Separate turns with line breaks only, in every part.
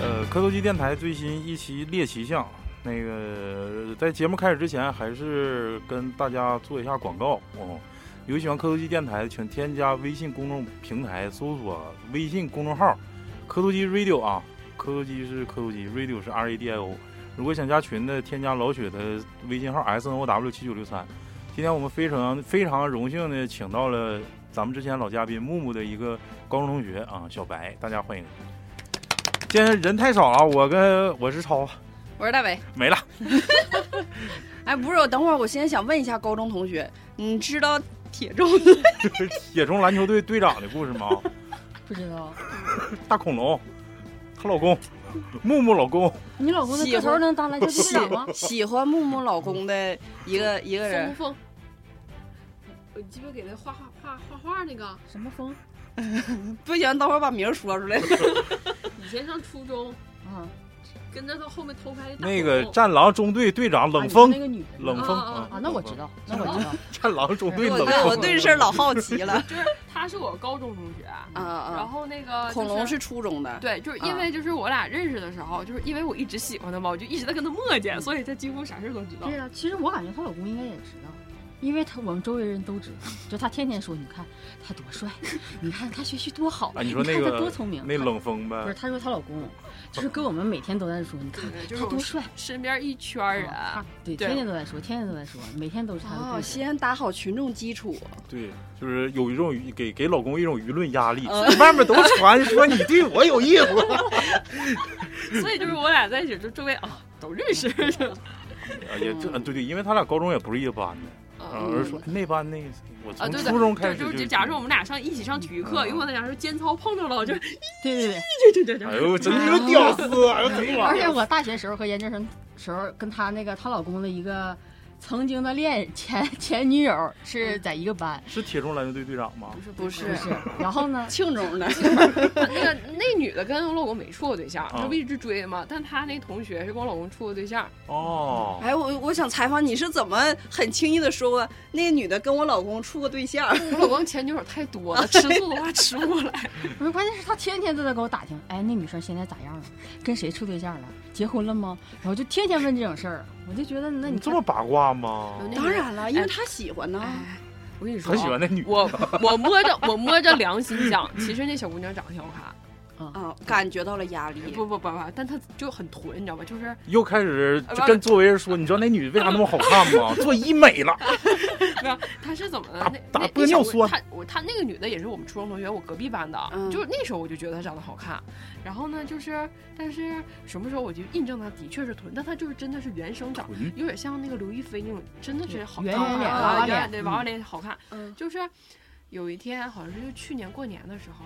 呃科头机电台最新一期猎奇项，那个在节目开始之前，还是跟大家做一下广告哦。有喜欢科头机电台的，请添加微信公众平台，搜索微信公众号“科头机 radio” 啊，科头机是科头机，radio 是 R A D I O。如果想加群的，添加老雪的微信号 S N O W 七九六三。今天我们非常非常荣幸的请到了咱们之前老嘉宾木木的一个高中同学啊，小白，大家欢迎。今天人太少了，我跟我是超啊
我是大伟。
没了。
哎，不是，我等会儿我先想问一下高中同学，你知道铁柱
野中篮球队队长的故事吗？
不知道，
大恐龙，她老公，木木老公，
你老公的个头能当篮球队长吗？
喜欢木木老公的一个一个
什
人
么？风？
我鸡巴给他画画画画画那个，
什么风？
不行，等会儿把名儿说出来。
以前上初中
啊，
跟着他后面偷拍的大
那个
狗
战狼中队队长冷
啊你说那
风，
个女的
冷风
啊啊
啊，那我知，道，那我知道，
战狼中队
我
冷
对我
风，
对这事儿老好奇了。
就是他是我高中同学，
啊
然
啊！
后那个、
恐龙
是。
是嗯初中的，
对，就是因为就是我俩认识的时候，就是因为我一直喜欢他嘛，我就一直在跟他磨叽，所以他几乎啥事儿都知道
嗯
对。呀。其实我感觉她老公应该也知道。因为她我们周围人都知道，就她天天说，你看他多帅，你看他学习多好，
啊，你说那
看他
个
多聪明，
那冷风
不是
呗，
她说她老公，就是跟我们每天都在说，你看
对，就是
他
我
多
们
帅，
身边一圈儿人，
嗯
啊她对，
对
天天都在说，天天都在说，每天都是她的
哦，
故事。
先打好群众基础。
对，就是有一种舆给给老公一种舆论压力
嗯，
外面都传说你对我有意思，
所以就是我俩在一起，就周围啊都认识。
啊也这对对，因为他俩高中也不是一班的，啊，
嗯
而说那班那个我
啊，
从
对对，
初中
对
开始
就是
就
就假如说我们俩上一起上体育课，
嗯
有可能假如说间操碰着了，就是
对对对，
对对对
哎
对，
呦，我真是个屌丝，哎呦，怎么玩
而
意
且
儿？
我大学时候和研究生时候跟她那个她老公的一个曾经的恋前前女友是在一个班，
是铁中篮球队队长吗？
是
不
不是？然 后呢，
庆中的，
那个那女的跟我老公没处过对象，
啊
这不一直追的吗？但她那同学是跟我老公处过对象，
哦，
哎，我我想采访你是怎么很轻易的说过那个女的跟我老公处过对象？
我老公前女友太多了，吃醋的话吃不过来。
不是，关键是他天天都在给我打听，哎，那女生现在咋样了？跟谁处对象了？结婚了吗？然后就天天问这种事儿，我就觉得那你
你这么八卦吗？
那
当然了，因为她喜欢呢。
哎，我跟你说
很
啊，
喜欢那女的，
我我摸着我摸着良心讲，其实那小姑娘长得挺好 看，
啊，感觉到了压力。
不不不不，但她就很囤，你知道吧？就是
又开始就跟周围人说，你知道那女的为啥那么好看吗？做医美了，
她是怎么
打
的？
打
那那
玻尿
那小姑
酸
她我她那个女的也是我们初中同学，我隔壁班的，
嗯
就是那时候我就觉得她长得好看。然后呢，就是但是什么时候我就印证她的确是囤，但她就是真的是原生长，
滚
有点像那个刘亦菲那种，真的是好
圆
好
圆
脸娃
看
娃
啊圆
脸
对
嗯
娃娃脸好看。
嗯
就是有一天，好像是就去年过年的时候，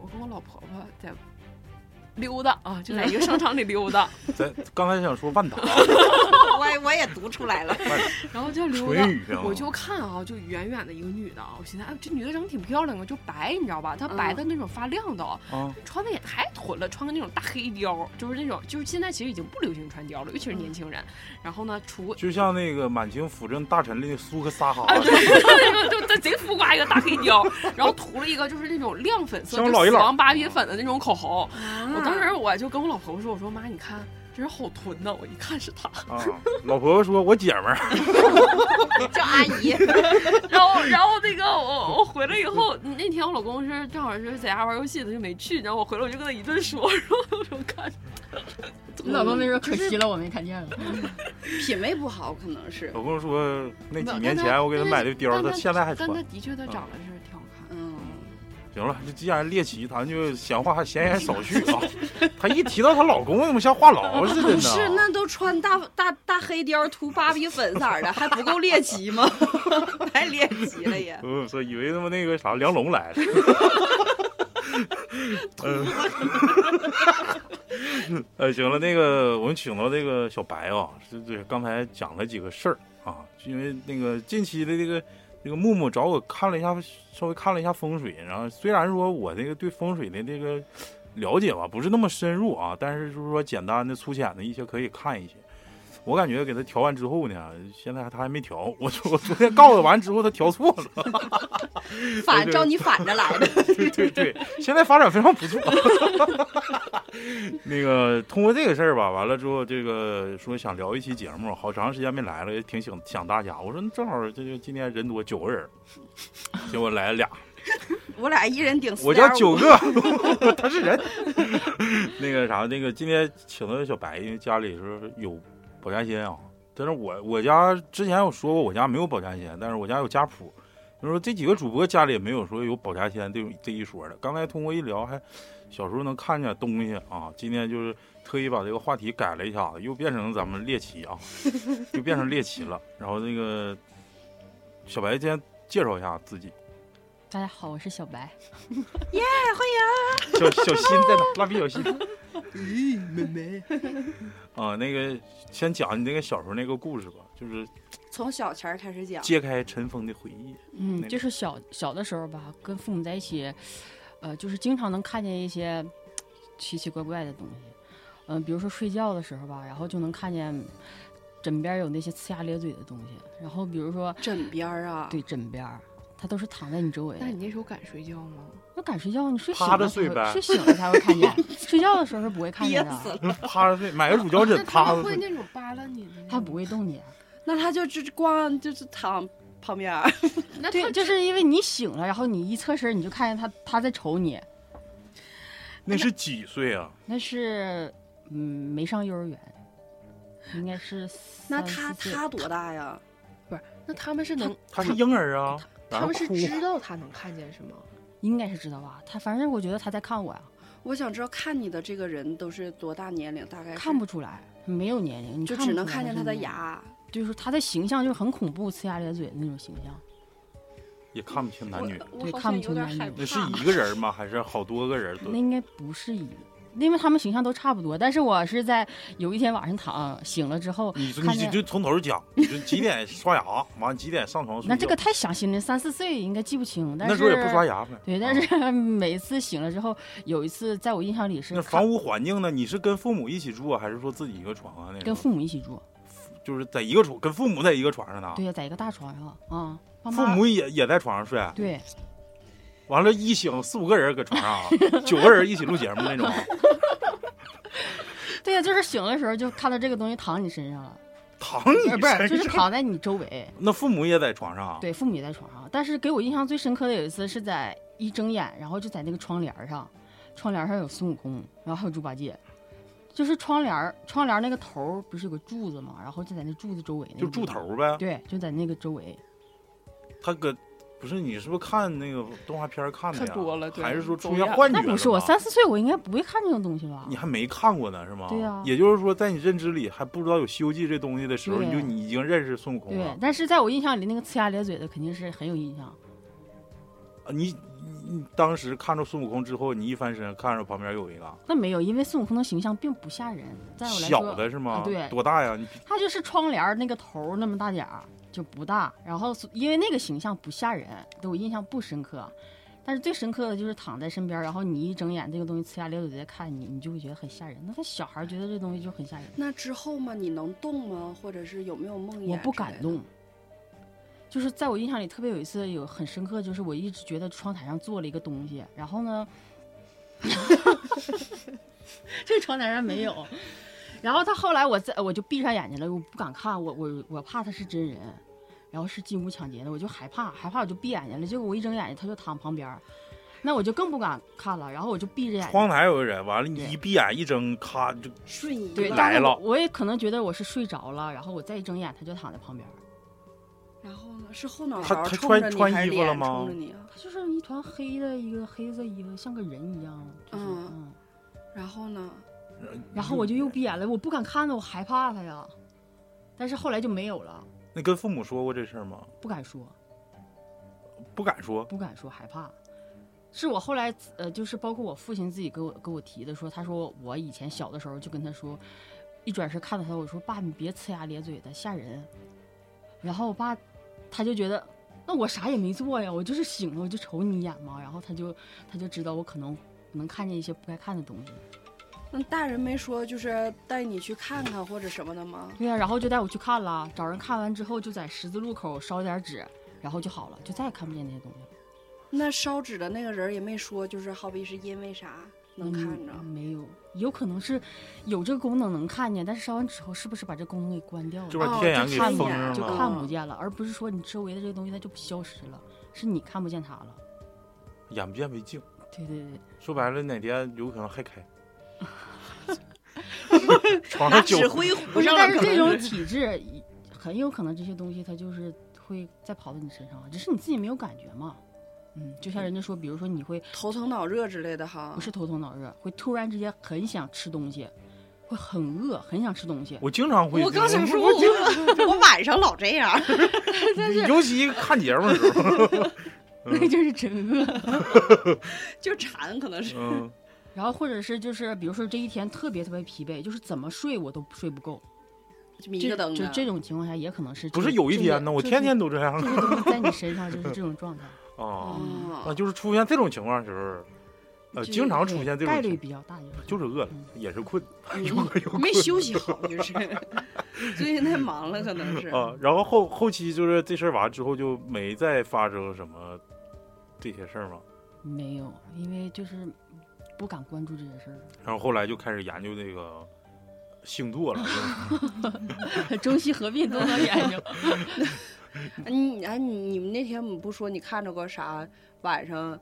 我跟我老婆婆在溜达啊，就在一个商场里溜达，
嗯
咱刚才想说万达
我我也读出来了。
然后就溜达
纯。语啊，
我就看啊，就远远的一个女的啊，我寻思，哎，这女的长得挺漂亮啊，就白，你知道吧？她白
嗯
的那种发亮的啊，
啊，
穿的也太囤了，穿个那种大黑貂，就是那种，就是现在其实已经不流行穿貂了，尤其是年
嗯
轻人。然后呢，出
就像那个满清辅政大臣里的苏克萨哈
啊，，对， 就就贼浮夸一个大黑貂，然后涂了一个就是那种亮粉色，
像
就
老一
死
老
亡芭比粉的那种口红。
我
我当时我就跟我老婆婆说：“我说妈，你看，这人好囤呐！我一看是她。
啊，老婆婆说我姐们儿，
叫阿姨。
然 后，然后那个我我回来以后，那天我老公是正好是在家玩游戏，他就没去。然后我回来我就跟他一顿说，然后我说 看，
你老公那时候可惜了，我没看见了。
品味不好可能是，
老公说那几
但
年前
她
我给她买的貂，
但
她现在还穿
但。她的确她长得是挺好看的。
嗯，
行了，这既然猎奇，咱就闲话还闲言少叙啊。她一提到她老公，怎么像话痨似的啊
不
呢？
是，那都穿大大大黑貂，涂芭比粉色儿的，还不够猎奇吗？ 太猎奇了也。
嗯，说以为他妈那个啥梁龙来了。嗯，呃，行了，那个我们请到这个小白啊，是这刚才讲了几个事儿啊，因为那个近期的这个这个木木找我看了一下，稍微看了一下风水，然后虽然说我这个对风水的这个了解吧不是那么深入啊，但是就是说简单的粗浅的一些可以看一些。我感觉给他调完之后呢，现在他还没调，我我昨天告诉完之后他调错了。
反照你反着来的。
对对对，现在发展非常不错。 那个通过这个事儿吧，完了之后，这个说想聊一期节目，好长时间没来了，也挺想想大家。我说正好这就今天人多九个人，结果来了俩，
我俩一人顶四，
我叫九，个， 他是人。那个啥，那个今天请到小白，因为家里说有保家仙啊，但是我我家之前有说过，我家没有保家仙，但是我家有家谱。就是说这几个主播家里也没有说有保家仙这种这一说的。刚才通过一聊，还小时候能看见东西啊。今天就是特意把这个话题改了一下子，又变成咱们猎奇啊，又变成猎奇了。然后那个小白先介绍一下自己，
大家好，我是小白。
小小新在哪？蜡笔小新。
咦，妹妹，
啊，那个先讲你那个小时候那个故事吧，就是
从小钱儿开始讲，
揭开尘封的回忆。那
嗯，
个
就是小小的时候吧，跟父母在一起，呃，就是经常能看见一些奇奇怪怪的东西。嗯、比如说睡觉的时候吧，然后就能看见枕边有那些呲牙咧嘴的东西。然后比如说
枕边儿啊，
对枕边儿，它都是躺在你周围的
那。你那时候敢睡觉吗？
那敢睡觉，你睡
趴
醒了
着
才
睡
会
呗
睡醒了才会看 见，睡觉的时候是不会看
憋
见
死
的，
了。
趴着睡，买个乳胶枕
那他
趴
们
着
会
睡。
那种扒拉你的？
它不，会 动你。
那他就只光就是躺旁边儿，
那
对，就是因为你醒了，然后你一侧身，你就看见它，它在瞅你。
那是几岁啊？
那是，嗯，没上幼儿园，应该是
那
三
他
四岁
他多大呀？
那他们是能，
他是婴儿啊，然
他
后
们是
哭
知道他能看见是吗？
应该是知道吧？他反正我觉得他在看我呀，
我想知道看你的这个人都是多大年龄，大概是
看不出来，没有年龄，你
就
不
只能
出来
看见他
是
的
年龄，
牙。
就是他的形象就是很恐怖，呲牙咧嘴的那种形象。
也看不清男女。
我
对
好
看
像
不
有
出
点
男
害
女
那是
怕。
一个人吗？还是好多个人？
那应该不是一，因为他们形象都差不多。但是我是在有一天晚上躺醒了之后，
你说
看
你就
见
就从头讲，你就几点刷牙，完几点上床睡觉？
那这个太详细了，三四岁应该记不清。但是
那时候也不刷牙呗。
对，但
啊
是 每次醒了之后，有一次在我印象里是
那
看
房屋环境呢？你是跟父母一起住啊，还是说自己一个床啊？那
跟
种
父母一起住，
就是在一个床，跟父母在一个床上呢。啊
对呀，在一个大床上啊，妈
父
妈
母也也在床上睡，
对。
完了，一醒四五个人搁床上 啊，九个人一起录节目那种，
对呀，就是醒的时候就看到这个东西躺你身上了，
躺
呃，
你
不是，
身
就是
上。
躺在你周围。
那父母也在床上啊，
对，父母也在床上，但是给我印象最深刻的有一次是在一睁眼，然后就在那个窗帘儿上，窗帘儿上有孙悟空，然后还有猪八戒，就是窗帘儿，窗帘儿那个头儿不是有个柱子嘛，然后就在那柱子周围那
就
个
住
地方，
头啊呗。
对，就在那个周围。
他搁不是你是不是看那个动画片看的呀？
看多了对
还是说出
走
现
眼
幻觉
那
了
不是我
吧
三四岁，我应该不会看这种东西吧
你？还没看过呢，是吗？
对呀
也就是说，在你认知里还不知道有《西游记》这东西的时候，
对
你就你已经认识孙悟空
对
了，。
但是在我印象里，那个呲牙咧嘴的肯定是很有印象。
啊你你你当时看着孙悟空之后，你一翻身看着旁边有一个
那没有，因为孙悟空的形象并不吓人，在我来说，
小的是吗？
啊对
多大呀？你
他就是窗帘儿那个头儿那么大点儿，就不大。然后所因为那个形象不吓人，对我印象不深刻。但是最深刻的就是躺在身边儿，然后你一睁眼，这个东西呲牙咧嘴在看你，你就会觉得很吓人。那他小孩儿觉得这东西就很吓人，
那之后嘛，你能动吗？或者是有没有梦魇？
我不敢。动。就是在我印象里，特别有一次有很深刻，就是我一直觉得窗台上坐了一个东西，然后呢， 这窗台上没有。然后他后来我在我就闭上眼睛了，我不敢看，我我我怕他是真人，然后是进屋抢劫的，我就害怕害怕，我就闭眼睛了。结果我一睁眼睛，他就躺旁边儿，那我就更不敢看了。然后我就闭着眼睛，
窗台有个人，完了你
对
一闭眼一睁，咔就
瞬移
对，
来
了
但是
了
我我也可能觉得我是睡着了，然后我再一睁眼，他就躺在旁边儿，
然后呢？是后脑
他
勺
他
冲
穿
着你
穿
还是
衣服了
脸
吗
冲着你啊？
他就是一团黑的一个黑色衣服，像个人一样，就是
嗯
嗯。
然后呢？
然后我就又闭眼了，我不敢看他，我害怕他呀。但是后来就没有了，
那跟父母说过这事儿吗？
不敢说，
不敢说，
不敢说害怕。是我后来呃，就是包括我父亲自己给我给我提的说，他说我以前小的时候就跟他说，一转身看到他，我说爸，你别呲牙咧嘴的，吓人。然后我爸他就觉得，那我啥也没做呀，我就是醒了，我就瞅你一眼嘛。然后他就他就知道我可能能看见一些不该看的东西。
那大人没说就是带你去看看或者什么的吗？
对呀、然后就带我去看了，找人看完之后就在十字路口烧点纸，然后就好了，就再也看不见那些东西了。
那烧纸的那个人也没说，就是好比是因为啥能看着。
嗯没有，有可能是有这个功能能看见，但是烧完纸后是不是把这功能给关掉了？
就把
哦
天
就
眼给
看
封
见
上
就
了，啊
看不见了，而不是说你周围的这个东西它就消失了，是你看不见它了。
眼不见为净。
对对对，
说白了，哪天有可能还 开。床上酒
指挥
不
不
是，
上
但
了
是
可
这
能
种体质很有可能这些东西它就是会再跑到你身上，只是你自己没有感觉嘛。嗯，就像人家说，比如说你会
头疼脑热之类的哈。
不是头疼脑热，会突然之间很想吃东西，会很饿，很想吃东西。
我经常会，
我刚想说，
我
我我晚上老这样。
尤其看节目的时 候，
那个就是真饿，
就馋可能是。
嗯，
然后或者是就是，比如说这一天特别特别疲惫，就是怎么睡我都睡不够，
迷个灯啊
就
的
啊
就这种情况下也可能是
不是有一天呢，我天天
都
都这样
这个东西在你身上就是这种状态，
啊啊，
哦，
就是出现这种情况的时候，呃，
就 是
经常出现这
概
种情，
率比较大，
就是是饿了
嗯，
也是困
嗯
有有
没休息好就是 最近太忙了，可能是。
啊。然后后后期就是这事儿完了之后，就没再发生什么这些事儿嘛。
没有，因为就是不敢关注这些事儿
然后后来就开始研究这个星座 了，
了，中西合并都 能研究。
哎你哎，你你们那天你不说你看着过啥？晚上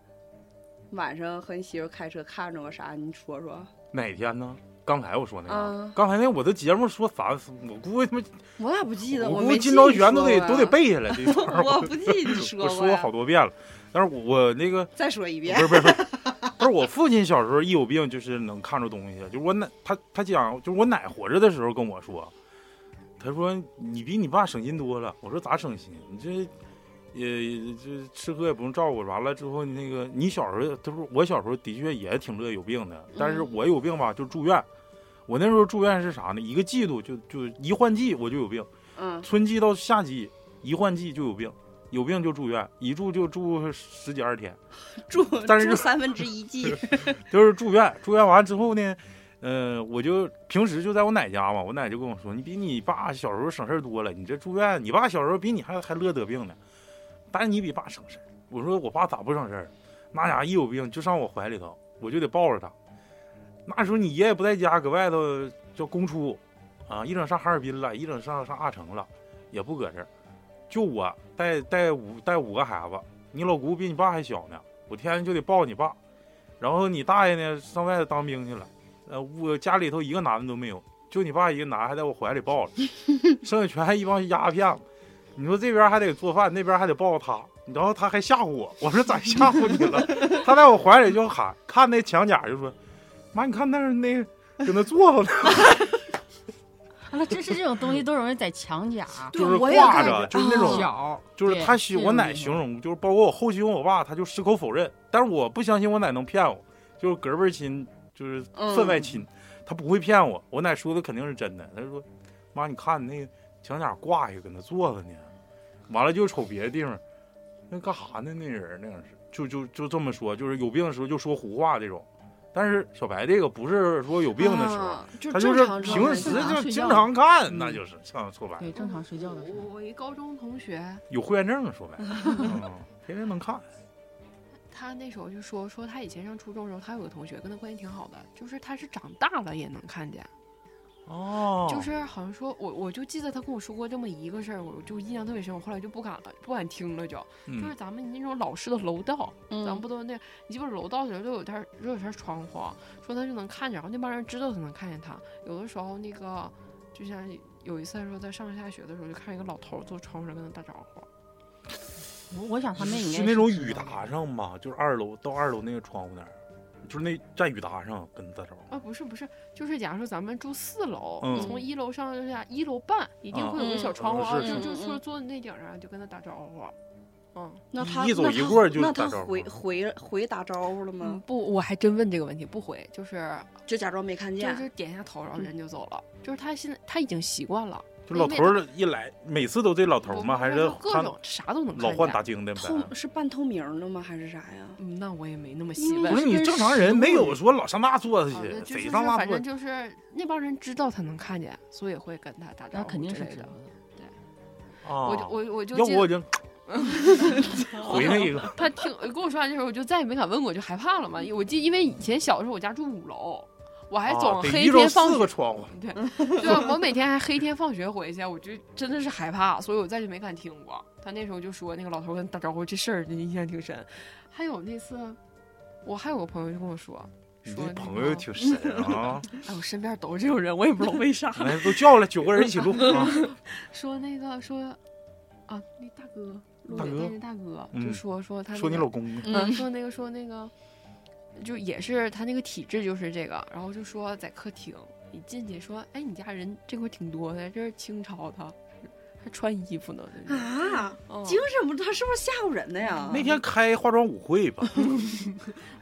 晚上和你媳妇开车看着过啥？你说说。
哪天呢？刚才我说那个
嗯，
刚才那我的节目说三次，我估计他妈
我咋不记得？
我
我
估
没
计
记
金刀
你
玄都
说
得
过
都得
呀。
背下来这 事儿。
我不记你说
我
过
说
呀
好多遍了，但是我我那个
再说一遍
不。是不是不是不是我父亲小时候一有病就是能看出东西，就是我奶他他讲就是我奶活着的时候跟我说，他说你比你爸省心多了。我说咋省心？你这也这吃喝也不用照顾，完了之后那个你小时候，他说我小时候的确也挺乐意有病的，但是
嗯
我有病吧就住院。我那时候住院是啥呢？一个季度就就一换季我就有病，
嗯，
春季到夏季一换季就有病，有病就住院，一住就住十几二十天。
住
但是
住三分之一季。
就是住院，住院完之后呢，呃，我就平时就在我奶家嘛，我奶就跟我说，你比你爸小时候省事儿多了，你这住院，你爸小时候比你还还乐得病呢，但是你比爸省事儿。我说我爸咋不省事儿？那家伙一有病就上我怀里头，我就得抱着他。那时候你爷爷不在家，搁外头叫公出，啊，一整上哈尔滨了，一整上上阿城了，也不搁这儿，就我带带五带五个孩子，你老姑比你爸还小呢，我天天就得抱你爸，然后你大爷呢上外头当兵去了，呃，我家里头一个男的都没有，就你爸一个男还在我怀里抱着，剩下全一帮鸦片子。你说这边还得做饭，那边还得抱他，然后他还吓唬我，我说咋吓唬你了？ 他在我怀里就喊，看那墙角就说：“妈，你看那儿那搁那坐着呢，
啊，真是这种东西都容易在墙角、
对
就是
我也
挂
看
着，就
着
是那种
啊
角，
就是
对
他形
这
我
种
奶
地
形
方
容，就是包括我后期跟我爸，他就矢口否认，但是我不相信我奶能骗我，就是隔辈儿亲，就是分
嗯
外亲，他不会骗我，我奶说的肯定是真的。他说：“妈，你看那个墙角挂一个，搁那坐着呢。”完了就瞅别的地方，那干啥呢？那人那样是，就就就这么说，就是有病的时候就说胡话这种。但是小白这个不是说有病的时候，
啊就
他就
正
是
常状
平
态
时
下
下
就
睡
经
觉
常看，
嗯
那就是像说白了
对，正常睡觉的时候
我。我一高中同学，
有会员证啊，说白了，嗯天天能看。
他那时候就说说他以前上初中的时候，他有个同学跟他关系挺好的，就是他是长大了也能看见，
哦，
就是好像说我我就记得他跟我说过这么一个事儿，我就印象特别深，我后来就不敢了，不敢听了就，就是
嗯，
咱们那种老式的楼道，咱们
嗯
不都那，你基本楼道里头都有片都有片窗户啊，说他就能看见，然后那帮人知道他能看见他。有的时候那个，就像有一次他说在上下学的时候，就看一个老头儿坐窗户上跟他打招呼，
我我想他们应该
是那种
知
雨
道的
搭上吧，就是二楼到二楼那个窗户那儿，就是那在雨搭上跟他招呼。
啊，不是不是，就是假如说咱们住四楼，
嗯
从一楼上到下一楼半，一定会有个
嗯
小窗户，
嗯
啊，
是
就是就
嗯
说
嗯
坐在那顶上就跟他打招呼，嗯。
那他
一走
那
一
他
过就
那
打
他
招呼
回回回打招呼了
嗯
吗？
不，我还真问这个问题，不回，就是嗯
就假装没看
就
见。
是点一下头，然后人就走了。就是他现在他已经习惯了，
就老头儿一来，每次都这老头儿吗？还
我
是
就各
他
种啥都能
老
看
换
见
大精的呗？
透是半透明的吗？还是啥呀？
嗯，那我也没那么
因
细
为
问。
不是
是
啊
你
跟
正常人
食物
没有
里
说老上那坐下
哦对
去，
就
谁
是
上那
反
坐
正？就是那帮人知道他能看见，所以会跟他打招
那
呼
肯定
之
是
类
知道
的。
的。
啊，
我就我我就
要
记
不我
得
就 回他一个。
他听跟我说完这事儿，我就再也没敢问过，就害怕了嘛。我记，因为以前小的时候我家住五楼，我还总
啊得
黑
一周
天放
四
学，
个窗户，
对对，啊我每天还黑天放学回去，我就真的是害怕，所以我再就没敢听过。他那时候就说那个老头跟他打招呼这事儿，真印象挺深。还有那次，我还有个朋友就跟我说，
你
说
这
那
朋
个
友挺神啊！
哎，我身边都是这种人，我也不知道为啥。
来，都叫来九个人一起录 啊！
说那个说，啊，那大哥，路
大
边
哥
那大哥，
嗯
就说说他、那个、
说你老公呢，
嗯，说那个说那个，就也是他那个体质就是这个，然后就说在客厅一进去说，哎，你家人这块儿挺多的，这是清朝他，还穿衣服呢，这是
啊，
嗯
精神不，他是不是吓唬人的
啊
呀？
那天开化妆舞会 吧？
嗯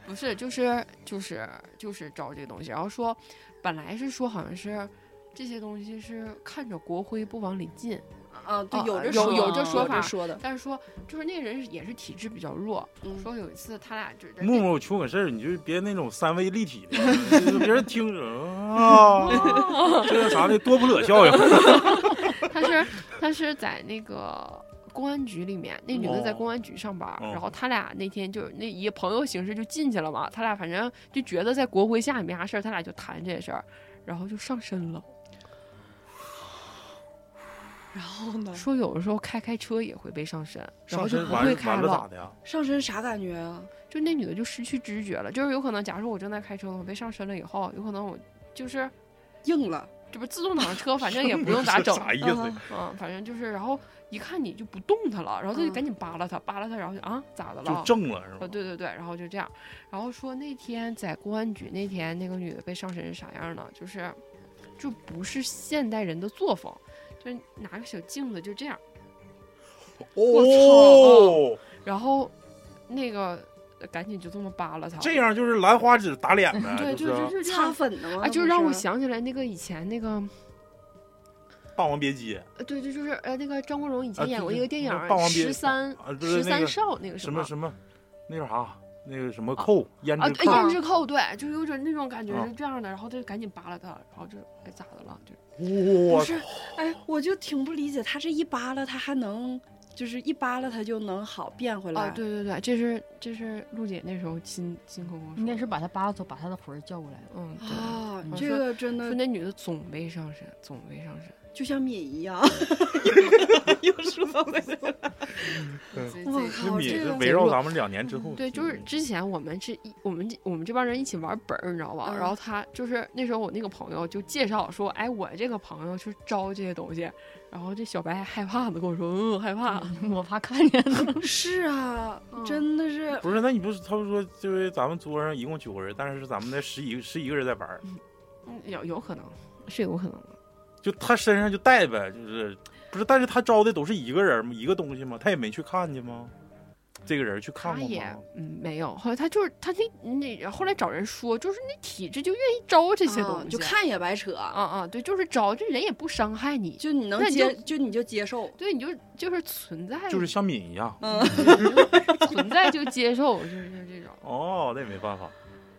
不是就是就是就是招这个东西，然后说本来是说好像是。这些东西是看着国徽不往里进，
啊，对，
啊
有这
有
说
有
法
这
说法
说的，
但是说就是那个人也是体质比较弱。
嗯
说有一次他俩就在
木木，我求个事儿，你就别那种三维立 体的，就是别人听着啊，
哦
这叫啥呢？多普勒 效应。
他是他是在那个公安局里面，那女的在公安局上班，
哦
然后他俩那天就那以朋友形式就进去了嘛，他俩反正就觉得在国徽下也没啥事儿，他俩就谈这些事儿，然后就上身了。
然后呢？
说有的时候开开车也会被上身，然
上
后就
身
不
完
会
了
开
完了咋的呀？
上身啥感觉啊？
就那女的就失去知觉了，就是有可能，假如说我正在开车呢，我被上身了以后，有可能我就是
硬了，
这不自动挡车，反正也不用咋整，
啥意
嗯
思
哼
呀？
嗯，反正就是，然后一看你就不动弹了，然后他就
嗯
赶紧扒拉他，扒拉他，然后就啊咋的了？
就正了是
啊，
吧？
对对对，然后就这样，然后说那天在公安局那天那个女的被上身是啥样呢？就是，就不是现代人的作风，就是拿个小镜子就这样，我嗯
哦，
然后那个呃赶紧就这么扒拉她，
这样就是兰花指打脸呗，
嗯对
就
对对，
是
就这
擦
样，
粉的吗？
啊，就
不
让我想起来那个以前那个，
《霸王别姬》
呃对对，就是呃那个张国荣以
啊
前演
对
过
对
一个电影
那霸
《
王别
十三
啊，不
十
是那
三
个
少》那个
什
么
么。什么，那叫啥？那个什么扣
啊，
胭脂
哎
扣
扣
胭脂扣，对，就有点那种感觉
啊
是这样的，然后他就赶紧扒拉他，然后就哎咋的了，就
不
哇，
是，哎，我就挺不理解，他这一扒拉，他还能，就是一扒拉他就能好变回来。
啊，，对对对，这是这是陆姐那时候亲亲口跟我说，
应该是把他扒拉走，把他的魂儿叫过来了。
嗯，对，
啊
嗯，
这
说
个真
说
的
那女的总没上身，总没上身，
就像敏一 样，又说回来了。
嗯
我
这
这
靠，
米
这
是
个
围绕咱们两年之后，
嗯对，就是之前我们这一我们这我们这帮人一起玩本儿，你知道吧？
嗯
然后他就是那时候我那个朋友就介绍说，哎，我这个朋友去招这些东西，然后这小白还害怕的跟我说，嗯，害怕，
我怕看见他。
是啊，
嗯
真的是
不是，那你不是他们说就是咱们桌上一共九个人，但是咱们那十一十一个人在玩儿，
嗯有有可能是有可能的，
就他身上就带呗，就是不是？但是他招的都是一个人吗？一个东西吗？他也没去看去吗？这个人去看
他
过
也
吗？
嗯没有，后来他就是他那那后来找人说，就是那体质就愿意招这
这
些东西，
啊就看也白扯，
啊啊，对，就是招，这人也不伤害你，
就你能
那你
接，
就
就你就接受，
对，你就就是存在，
就是像敏一样。
嗯，
存在就接受，就是就是这种。
哦，那也没办法。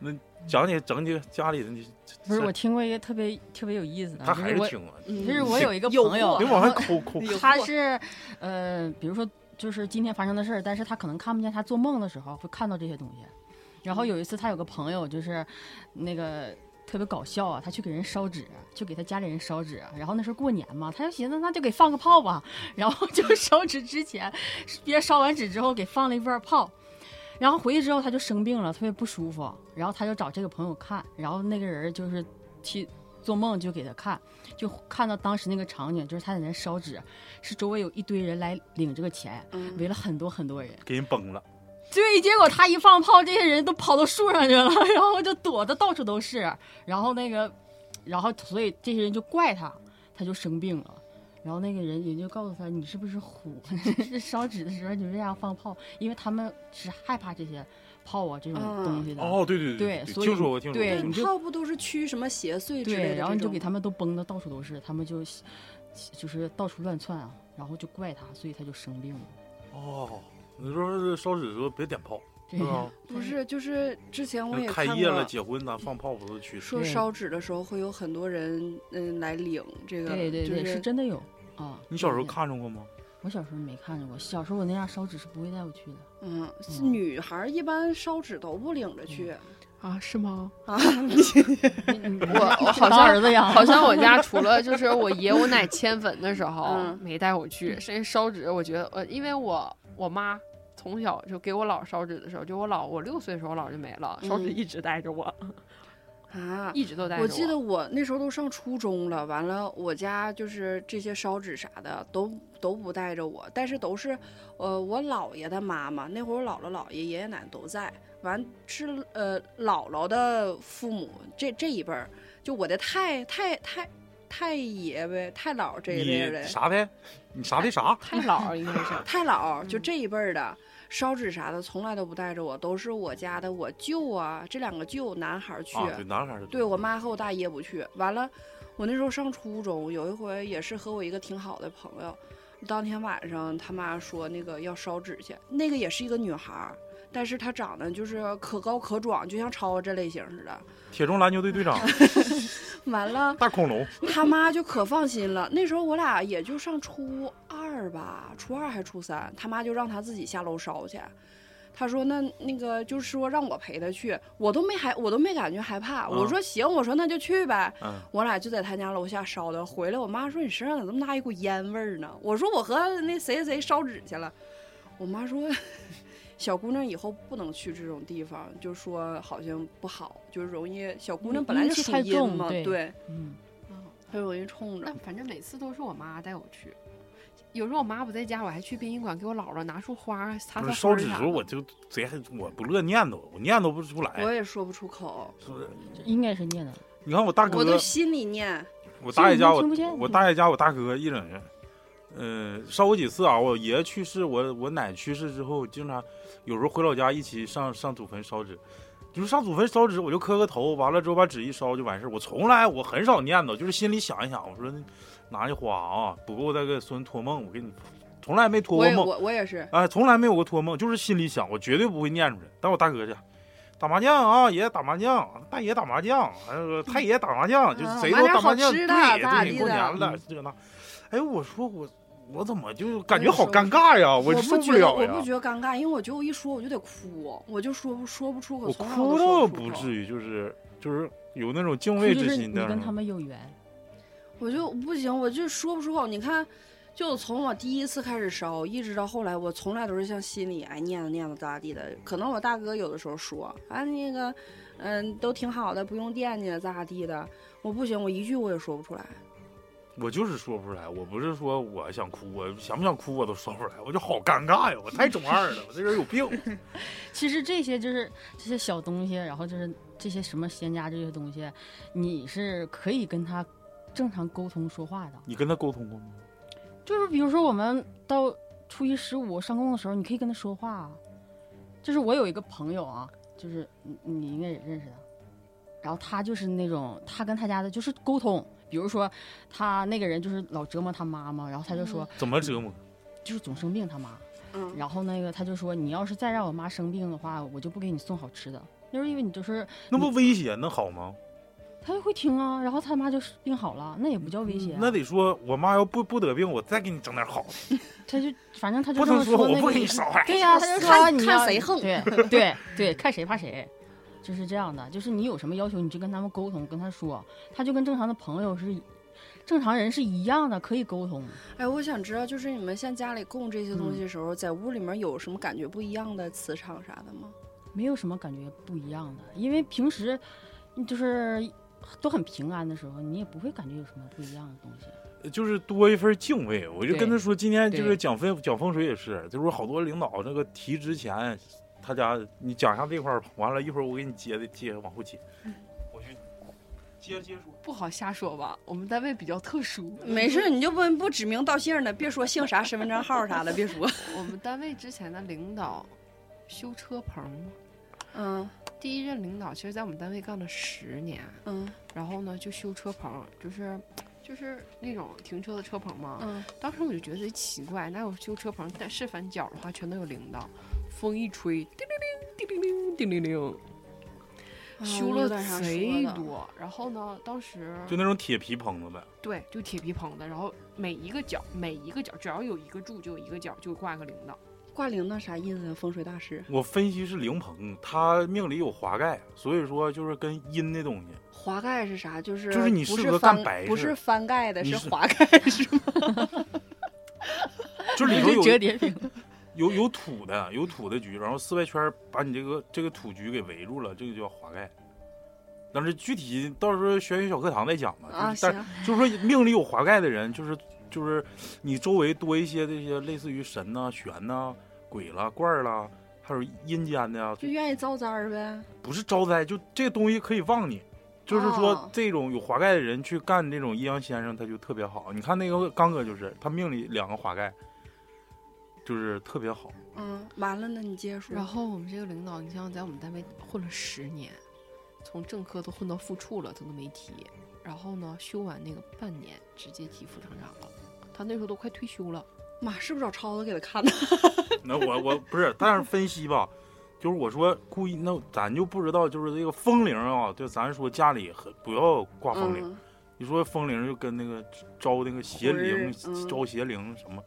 那讲解整解家里的那，
不是，我听过一个特别特别有意思的，
他
就
还
是
是
我
听了，
就是
嗯，
我有一个
有
朋友
货
别，往上抠抠。
有
他
货
是，呃，比如说就是今天发生的事儿，但是他可能看不见，他做梦的时候会看到这些东西。然后有一次，他有个朋友就是那个特别搞笑啊，他去给人烧纸，去给他家里人烧纸。啊然后那时候过年嘛，他就寻思那就给放个炮吧。然后 就烧纸之前，别烧完纸之后给放了一份炮。然后回去之后他就生病了，特别不舒服。然后他就找这个朋友看，然后那个人就是去做梦就给他看，就看到当时那个场景，就是他在那烧纸，是周围有一堆人来领这个钱，
嗯
围了很多很多人。
给人崩了，
对，结果他一放炮，这些人都跑到树上去了， 然后就躲的到处都是。然后那个，然后所以这些人就怪他，他就生病了。然后那个人也就告诉他，你是不是虎？ 这烧纸的时候你就这样放炮，因为他们是害怕这些炮啊这种
嗯
东西的。
哦，对对
对所以
听说过，听说过。
对
听
你
说
对，
就
炮不都是驱什么邪祟之类
对，
的？
然后你就给，他们都崩的到处都是，他们就就是到处乱窜啊，然后就怪他，所以他就生病了。
过哦，你说是烧纸的时候别点炮，
这
是吧？
不是，就是之前我也
开
看
业了，
过。
结婚咱放炮不都去？
说
对
烧纸的时候会有很多人，嗯，来领这个，
对对对，
就是
真的有啊。
你小时候
对
看着过吗？
我小时候没看见过，小时候我那样烧纸是不会带我去的。
嗯，是
嗯
女孩儿一般烧纸都不领着去
啊？是吗？
啊。
我我好
当
像
儿子呀，
好像我家除了就是我爷我奶迁坟的时候、
嗯
没带我去，甚至烧纸，我觉得呃，因为我我妈从小就给我姥烧纸的时候，就我姥我六岁的时候我姥就没了，烧纸
嗯
一直带着我，
嗯
啊，
一直都带着
我记得我那时候都上初中了，完了我家就是这些烧纸啥的都都不带着我，但是都是呃我姥爷的妈妈，那会儿我姥姥姥爷爷爷奶奶都在，完是呃姥姥的父母这这一辈儿，就我的太太太太爷呗，太姥这一类
你
的，
啥的？你啥的啊啥？
太姥儿应该是
太姥就
嗯
这一辈儿的。烧纸啥的从来都不带着我，都是我家的我舅啊，这两个舅男孩儿去，
啊，对，男孩儿是
对我妈和我大爷不去。完了，我那时候上初中，有一回也是和我一个挺好的朋友，当天晚上他妈说那个要烧纸去，那个也是一个女孩儿，但是她长得就是可高可壮，就像超这类型似的。
铁中篮球队队长
完了，
大恐龙，
他妈就可放心了。那时候我俩也就上初二吧，初二还初三，他妈就让他自己下楼烧去。他说那那个就是说让我陪他去，我都没害，我都没感觉害怕。我
嗯
说行，我说那就去呗。
嗯，
我俩就在他家楼下烧的，回来我妈说你身上咋这么大一股烟味儿呢？我说我和那谁谁谁烧纸去了，我妈说 小姑娘以后不能去这种地方，就说好像不好，就是容易小姑娘本来就属
阴气太
阴
重
嘛，
对
对，
嗯，
嗯
她容易冲着
那。反正每次都是我妈带我去，有时候我妈不在家，我还去殡仪馆给我姥姥拿束花擦
不是
擦灰
烧
儿
纸
啥
时候我
的
就贼，我不乐念叨，我念叨不出
我
来。
也说不出口，
是不是
应该是念的。
你看我大
我
哥
都，心里念，
我大爷家
所以
我
你们听不见
我大爷家我大哥一整人，呃，烧过几次啊？我爷去世，我我奶去世之后，经常有时候回老家一起上上祖坟烧纸。就是上祖坟烧纸，我就磕个头，完了之后把纸一烧就完事儿。我从来我很少念叨，就是心里想一想，我说拿去花啊，不够再给孙托梦，我给你，从来没托
我
过
也
梦。
我我也是，
哎，从来没有过托梦，就是心里想，我绝对不会念出来。但我大哥去打麻将啊，爷打麻将，大爷打麻将，哎呦，太爷打麻将，就是
啊
谁
买
都
点
打
好
麻将，
吃
对
的咋
对，
地
过
的
年了
嗯
这个那。哎，我说我我怎么就感觉
我也
好
是
尴尬呀？
我
受
不
不
觉得，
了
我不
呀，
觉得尴尬，因为我觉得我一说我就得哭，我就说不说不出口，
我
从来都
哭
说
倒
不出
不
口
至于，就是就是有那种敬畏
就
之
是
心
你
的。
跟他们有缘，
我就不行，我就说不出口。你看，就从我第一次开始烧，一直到后来，我从来都是像心里哎念叨念叨咋地的。可能我大哥有的时候说，啊那个，嗯，都挺好的，不用惦记咋地的。我不行，我一句我也说不出来。
我就是说不出来，我不是说我想哭，我想不想哭我都说不出来，我就好尴尬呀，我太中二了，我这人有病。
其实这些就是这些小东西，然后就是这些什么仙家这些东西，你是可以跟他正常沟通说话的。
你跟他沟通过吗？
就是比如说我们到初一十五上供的时候，你可以跟他说话啊。就是我有一个朋友啊，就是你你应该也认识他，然后他就是那种他跟他家的就是沟通，比如说他那个人就是老折磨他妈妈，然后他就说、
怎么折磨？
就是总生病他妈，
嗯，
然后那个他就说你要是再让我妈生病的话，我就不给你送好吃的。就是因为你就是
那不威胁能好吗？
他就会听啊，然后他妈就是病好了，那也不叫威胁
嗯
啊、
那得说我妈要不不得病，我再给你整点好的，
他就反正他就
不
这
能
么
说我
那个
不给你
意思
烧了。
对呀、
看
他就说你
看
要
谁横
对对对，看谁怕谁，就是这样的。就是你有什么要求，你就跟他们沟通，跟他说，他就跟正常的朋友是一，正常人是一样的，可以沟通。
哎，我想知道，就是你们像家里供这些东西的时候，在屋里面有什么感觉不一样的磁场啥的吗？
没有什么感觉不一样的，因为平时就是都很平安的时候，你也不会感觉有什么不一样的东西。
就是多一份敬畏。我就
对
跟他说，今天就是
对
讲风讲风水也是，就是好多领导那个提之前，他家你讲一下这块儿吧，完了一会儿我给你接的接往后接，
嗯
我去接着接着说。
不好瞎说吧，我们单位比较特殊，
没事，你就不不指名道姓的，别说姓啥、身份证号啥的，别说。
我们单位之前的领导修车棚，
嗯
第一任领导其实在我们单位干了十年，
嗯
然后呢就修车棚，就是就是那种停车的车棚嘛。
嗯，
当时我就觉得贼奇怪，哪有修车棚？但是反角的话，嗯全都有铃铛，风一吹，叮铃铃，叮铃铃，叮铃铃。
啊
修
有
了
点啥说
贼
的
多。然后呢，当时
就那种铁皮棚子呗。
对，就铁皮棚子，然后每一个角每一个角只要有一个柱就有一个角就挂个铃铛。
挂铃铛啥意思啊？风水大师
我分析是灵棚，它命里有华盖，所以说就是跟阴的东西。
滑盖是啥？就是
就是你
不
适
是
合干
翻
白
不
事
是翻盖的，
你
是
是
滑盖 是吗？
就 里头
是折
有
叠屏，
有有土的，有土的局，然后四外圈儿把你这个这个土局给围住了，这个叫华盖。但是具体到时候玄学小课堂再讲吧。
啊，
就是但
行，
就是说命里有华盖的人，就是就是你周围多一些这些类似于神呐、玄呐、鬼啦、怪儿啦，还有阴间的呀、
就愿意遭灾儿呗。
不是招灾，就这东西可以旺你。就是说
哦，
这种有华盖的人去干这种阴阳先生，他就特别好。你看那个刚哥就是，他命里两个华盖，就是特别好。
嗯，完了呢，你接着说。
然后我们这个领导，你像在我们单位混了十年，从正科都混到副处了，他都没提。然后呢，休完那个半年，直接提副厂长了。他那时候都快退休了，
妈，是不是找超子给他看的？
那我我不是，但是分析吧，就是我说故意，那咱就不知道，就是这个风铃啊，就咱说家里很不要挂风铃。
嗯，
你说风铃就跟那个招那个邪灵
魂儿嗯、
招邪灵什么，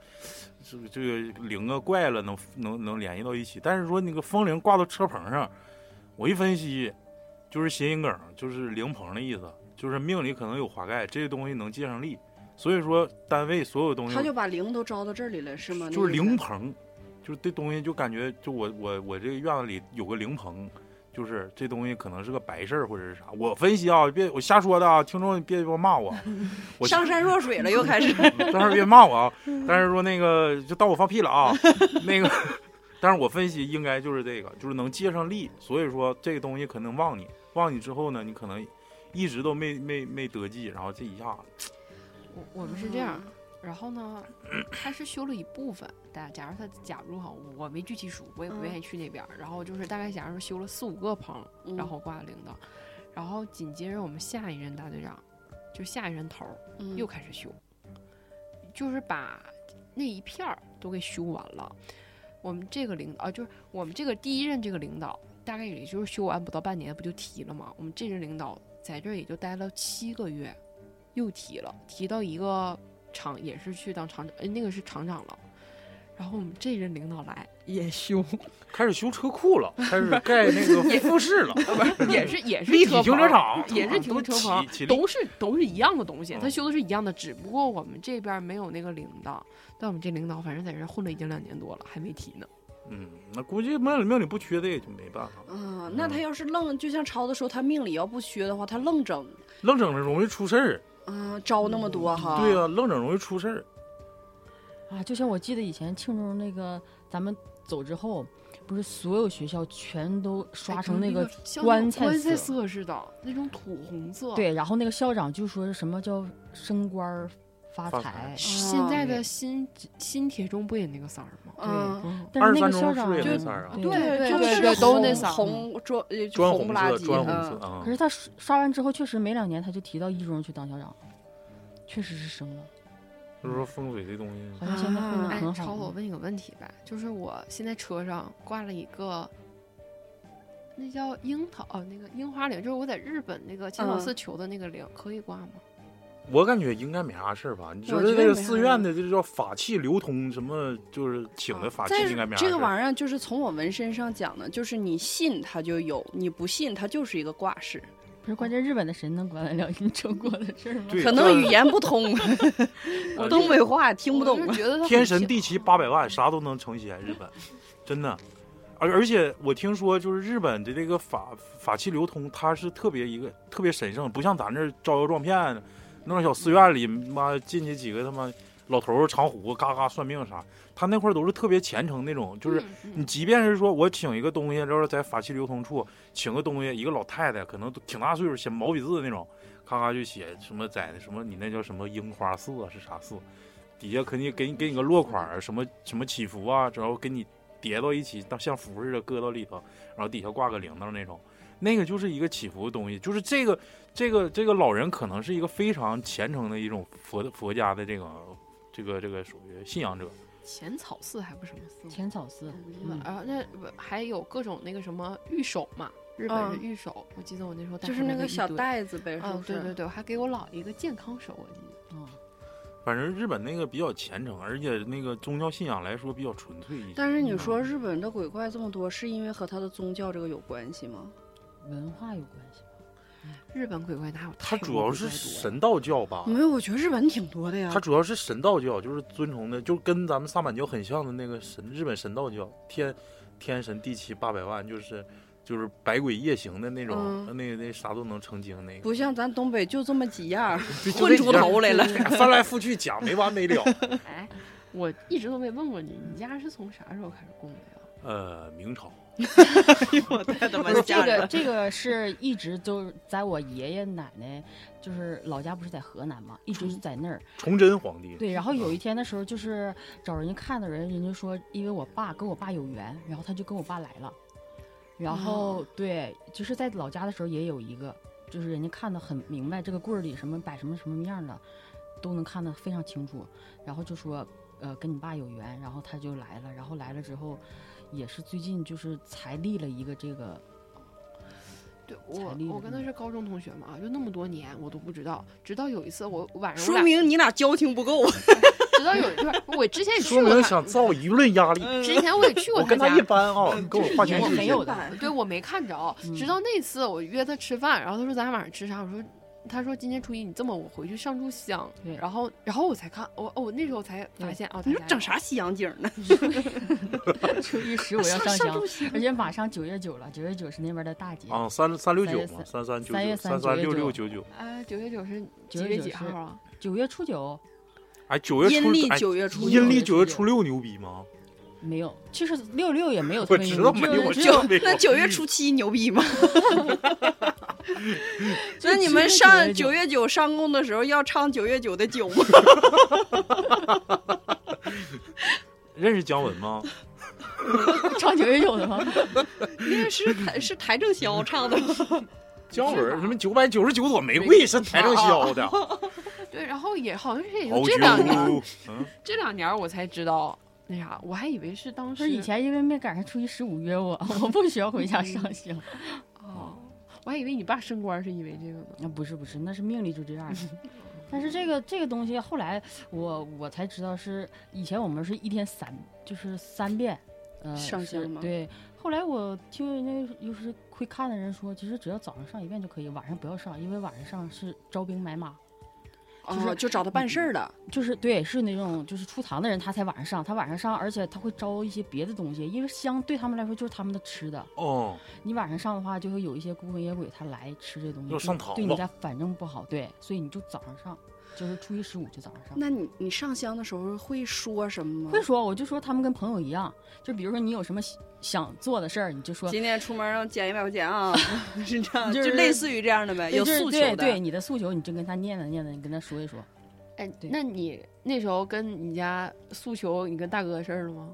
这个这个灵啊怪了能能能联系到一起。但是说那个风铃挂到车棚上，我一分析，就是谐音梗，就是灵棚的意思，就是命里可能有华盖，这些东西能借上力。所以说单位所有东西
他就把铃都招到这里了，是吗？
就是
那意思
灵棚，就是这东西就感觉就我我我这个院子里有个灵棚，就是这东西可能是个白事儿或者是啥。我分析啊，别我瞎说的啊，听众别别骂 我，我
上善若水了，又开始。
但是别骂我啊。但是说那个就当我放屁了啊，那个，但是我分析应该就是这个，就是能接上力，所以说这个东西可能旺你，旺你之后呢，你可能一直都没没没得计，然后这一下
我我们是这样。然后呢，他是修了一部分。但假如他假如哈，我没具体数，我也不
嗯
愿意去那边儿。然后就是大概假如说修了四五个棚，
嗯，
然后挂了铃铛。然后紧接着我们下一任大队长，就下一任头儿
嗯
又开始修，就是把那一片儿都给修完了。我们这个领导啊，就是我们这个第一任这个领导，大概也就是修完不到半年，不就提了吗？我们这任领导在这儿也就待了七个月，又提了，提到一个厂也是去当厂长，哎，那个是厂长了。然后我们这任领导来也修，
开始修车库 了，开始盖那个复式了，
也是也是
立体
车
停
棚
车场
也是停
都
车棚
起起立
都是都是一样的东西，他
嗯
修的是一样的，只不过我们这边没有那个铃铛，但我们这领导反正在这混了已经两年多了，还没提呢。
嗯， 那估计命里命里不缺这个就没办法，
啊，那他要是愣，就像超子说，他命里要不缺的话，他愣整，
愣整着容易出事儿。
啊，招那么多哈。
对啊，愣整容易出事儿。
啊，就像我记得以前庆祝那个咱们走之后，不是所有学校全都刷成那个，
像
棺
那种
材
棺材
色
色似的，那种土红色。，
对，然后那个校长就说什么叫升官儿发
发
财
财，
现在的
对
新新铁中不也那个色儿吗？
嗯，
但是那
23
个
中是不
校长
是也
就
那色儿啊
对
对
就
对
是
对都那
红
色儿
红砖呃就
砖
红不
红
拉
色，
几，
砖红
嗯
色啊
可。是他刷刷完之后，确实没两年他就提到一中去当校长了，确实是升了，
就是说风水这东西，
好像现在混得
啊
哎
很，
超
好
子，我
了。
问你个问题呗，就是我现在车上挂了一个，那叫樱桃哦，那个樱花铃，就是我在日本那个千岛
嗯
寺求的那个铃，可以挂吗？
我感觉应该没啥事儿吧？你说
我
这
觉得
这个
没啥
寺院的这叫法器流通，什么就是请的法器
但
应该没
是
啥事
这个
儿。
玩意儿就是从我们身上讲的，就是你信它就有，你不信它就是一个挂饰，
不是关键，日本的神能管得了你中国的事儿吗？
对，呃这
可能语言不通，
我
东北话听不
我
懂
就。觉得它很啊
天神
平
地奇八百万，啥都能成仙。日本真的，而而且我听说，就是日本的这个法法器流通，它是特别一个特别神圣，不像咱这儿招摇撞骗，弄小寺院里妈进去几个他妈老头儿长胡子嘎嘎算命啥，他那块儿都是特别虔诚那种，就是
嗯
你即便是说我请一个东西，就是在法器流通处请个东西，一个老太太可能都挺大岁数，写毛笔字那种，咔咔就写什么在什么你那叫什么樱花寺啊是啥寺，底下肯定给你给你个落款儿，什么什么祈福啊，然后给你叠到一起，当像符似的搁到里头，然后底下挂个铃铛那种，那个就是一个祈福的东西，就是这个这个这个老人可能是一个非常虔诚的一种佛的佛家的这个这个这个属于信仰者，
浅草寺还不什么寺吗？
浅草寺，
嗯
嗯
啊，那不还有各种那个什么御守嘛，日本是
嗯
玉手，我记得我那时 候
啊
带
就是
回
那
来
个
一
小
堆，
袋子呗，是
嗯，
不
对对
是？
对，我还给我姥爷一个健康手，我记得。
嗯，
反正日本那个比较虔诚，而且那个宗教信仰来说比较纯粹一些。
但是
嗯
你说日本的鬼怪这么多，是因为和他的宗教这个有关系吗？
文化有关系吧？
日本鬼怪哪有
它
泰
主
国
要
鬼
是
怪啊多呀
神道教吧，
没有，我觉得日本挺多的呀
它。主要是神道教，就是尊崇的，就跟咱们萨满教很像的那个神日本神道教，天天神地七八百万，就是就是百鬼夜行的那种，
嗯
那那啥都能成精那个，
不像咱东北就这么几样儿，
就就
混
那
出
几样
头来了。
翻来覆去讲没完没 了。
哎，我一直都没问过你，你家是从啥时候开始供的呀？
呃，明朝，
我太 他妈
这
吓人
个
了！
这个是一直就是在我爷爷奶奶，就是老家不是在河南嘛，一
嗯
直是在那儿。
崇祯皇帝。
对，然后有一天的时候，就是找人家看的人，人家说因为我爸跟我爸有缘，然后他就跟我爸来了。然后、对，就是在老家的时候也有一个，就是人家看的很明白，这个棍儿里什么摆什么什么样的，都能看得非常清楚。然后就说，呃，跟你爸有缘，然后他就来了。然后来了之后，也是最近就是才立了一个这个，
对
彩
我
礼，
我跟他
嗯
是高中同学嘛，就那么多年我都不知道，直到有一次我我晚上我
说
俩，
明你俩交情不够。
直到有一段我之前也去
说
过
明
他，
想造舆论压力，
嗯
之前我也去过
我跟
家
他一，般啊，你跟我划
也
清界
没有
限。
的
对我没看 着，
嗯
直到那次我约他吃饭，然后他说咱俩晚上吃啥，我说。他说今天初一，你这么我回去上炷香，
对
然后然后我才看，我哦我那时候才发现哦，
你说
他家
整
有
啥西洋景呢？
初一十五要上哦香，
香
而且马上九月九了，九月九是那边的大节，
啊，三三六九嘛，三三九九，
嗯三月
三
三
三六六
九
九九。
啊？九月九是几
九月
月
九
几
是
号啊？
九月初九
哎，九月初
阴历
哎
九月初
六
阴历
九
九月
月
初六牛逼吗？
没有，其实六六也没有特
我
别
知
有
道
名
没有，
就
我
是
知
只有
道没有。
那九月初七牛逼吗？那 你们上九月九上供的时候要唱九月九的九 吗？
嗯认识姜文吗？
唱啊九月九的吗？
那是台是台正宵唱的吗，
姜
是吧
文什么九百九十九朵玫瑰是台
啊
上削 的，啊
对，然后也好像是也
好
就这两
啊
年，
酒，嗯，
这两年我才知道那啥，我还以为是当
说
时
以前因为没赶上初一十五约我，我不需要回家上香。
哦，我还以为你爸升官是因为这个呢。
那不是不是，那是命里就这样儿。 但是这个这个东西，后来我我才知道是以前我们是一天三，就是三遍，呃，
上
是
香吗
对。后来我听人家就是会看的人说，其实只要早上上一遍就可以，晚上不要上，因为晚上上是招兵买马。就是
哦就找他办事儿的。
就是对，是那种就是出堂的人，他才晚上上，他晚上上，而且他会招一些别的东西，因为香对他们来说就是他们的吃的。
哦，
你晚上上的话，就会有一些孤魂野鬼他来吃这东西，
要
对
上堂
对
了
你家反正不好，对，所以你就早上上，就是初一十五就早上上。
那你你上香的时候会说什么
会
吗？
说，我就说他们跟朋友一样，就比如说你有什么想想做的事儿，你就说，
今天出门让捡一百块钱 啊，是这样，就
就是
类似于这样的呗，
对
有
就是
诉求
对
的。
对，你的诉求，你就跟他念叨念叨，你跟他说一说。
哎，
对
那你那时候跟你家诉求你跟大哥的事儿了吗？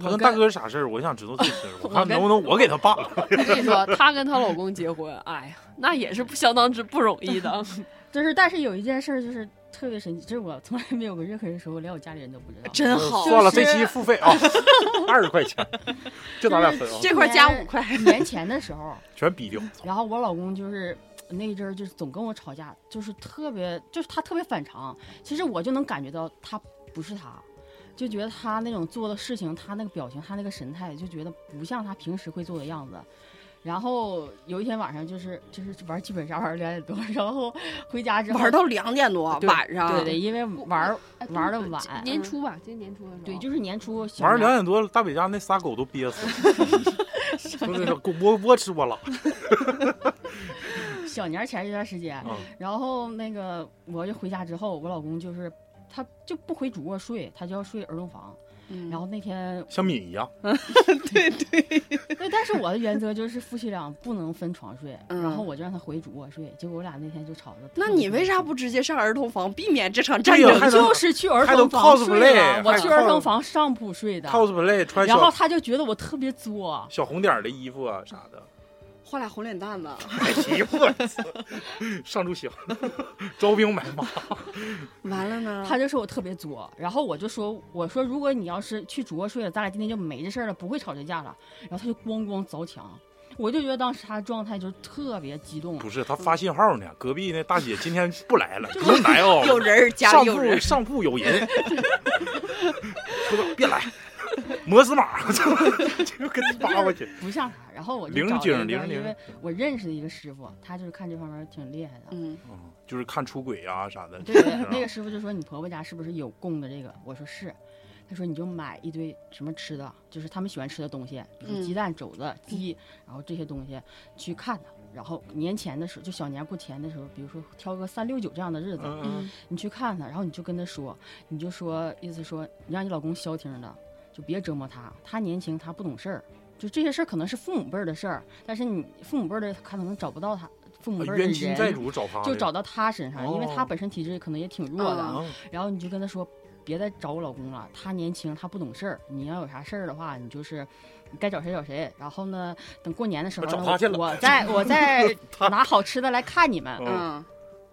他
我
跟
跟
大哥是啥事儿？我想知道这事 儿，我
我
看
跟
能不能我给他办了。
我跟你说，她跟她老公结婚，哎呀，那也是不相当之不容 易的。
就是，但是有一件事儿就是特别神奇，就是我从来没有跟任何人说过，连我家里人都不知道。
真好，
呃算了，
就
这
是
期付费 啊，二十块钱，就咱俩分啊，
这块加
年
五块。
年前的时候，
全逼掉。
然后我老公就是那一阵儿就是总跟我吵架，就是特别就是他特别反常。其实我就能感觉到他不是他，就觉得他那种做的事情，他那个表情，他那个神态，就觉得不像他平时会做的样子。然后有一天晚上就是就是玩剧本杀玩到两点多， 然后回家之后
玩到两点多
对
晚上，
对对，因为玩儿玩的晚，
啊年初吧，今年年初的时候，
对，就是年初小
晚上
年
两点多，大北家那仨狗都憋死 了，不是我我吃我拉
小年前这段时
嗯
间，
啊，
然后那个我就回家之后，我老公就是他就不回主卧睡，他就要睡儿童房。
嗯
然后那天，
像敏一样，
对，但是我的原则就是夫妻俩不能分床睡，
嗯
然后我就让他回主卧睡，结果我俩那天就吵得特别
那
厉害。
你为啥不直接上儿童房，避免这场战
对呀
争？
还能
就是去儿
还
童
能
房睡
cosplay，
了？我
还
去
能
儿童
cos-
房上铺睡的，
cosplay 穿
然后
小
他就觉得我特别作，
小红点儿的衣服啊啥的，
画俩红脸蛋 子，
买衣服啊，上柱香，招兵买马。
完了呢？
他就说我特别作，然后我就说我说如果你要是去主卧睡了，咱俩今天就没这事儿了，不会吵这架了。然后他就咣咣凿墙，我就觉得当时他状态就是特别激动，
不是他发信号呢，隔壁那大姐今天不来 了，不用来哦，
有人儿家
上
里有人
铺
儿，
上铺有人，说的别来，摩斯码，就跟他扒过去。
不像他。然后我就
零
找
景
了一
零
个，
零
因为我认识的一个师傅，他就是看这方面挺厉害的。
嗯，
嗯，就是看出轨啊啥的。
对，
是吧
那个师傅就说你婆婆家是不是有供的这个？我说是。他说你就买一堆什么吃的，就是他们喜欢吃的东西，比如说
嗯
鸡蛋、肘子、
嗯
鸡，然后这些东西去看他。然后年前的时候，就小年过前的时候，比如说挑个三六九这样的日子，
嗯嗯
嗯
你去看他，然后你就跟他说，你就说意思说你让你老公消停的，就别折磨他，他年轻，他不懂事儿。就这些事儿可能是父母辈儿的事儿，但是你父母辈儿的他可能找不到他父母辈儿的
嗯冤亲
嗯人，
债主找他的，
就找到他身上，因为
啊
他
哦
本身体质可能也挺弱的。
嗯
然后你就跟他说，别再找我老公了，他年轻，他不懂事儿。你要有啥事儿的话，你就是该找谁找谁。然后呢，等过年的时候
找
呢，
他去了
我我再我再
他
拿好吃的来看你们。
嗯
嗯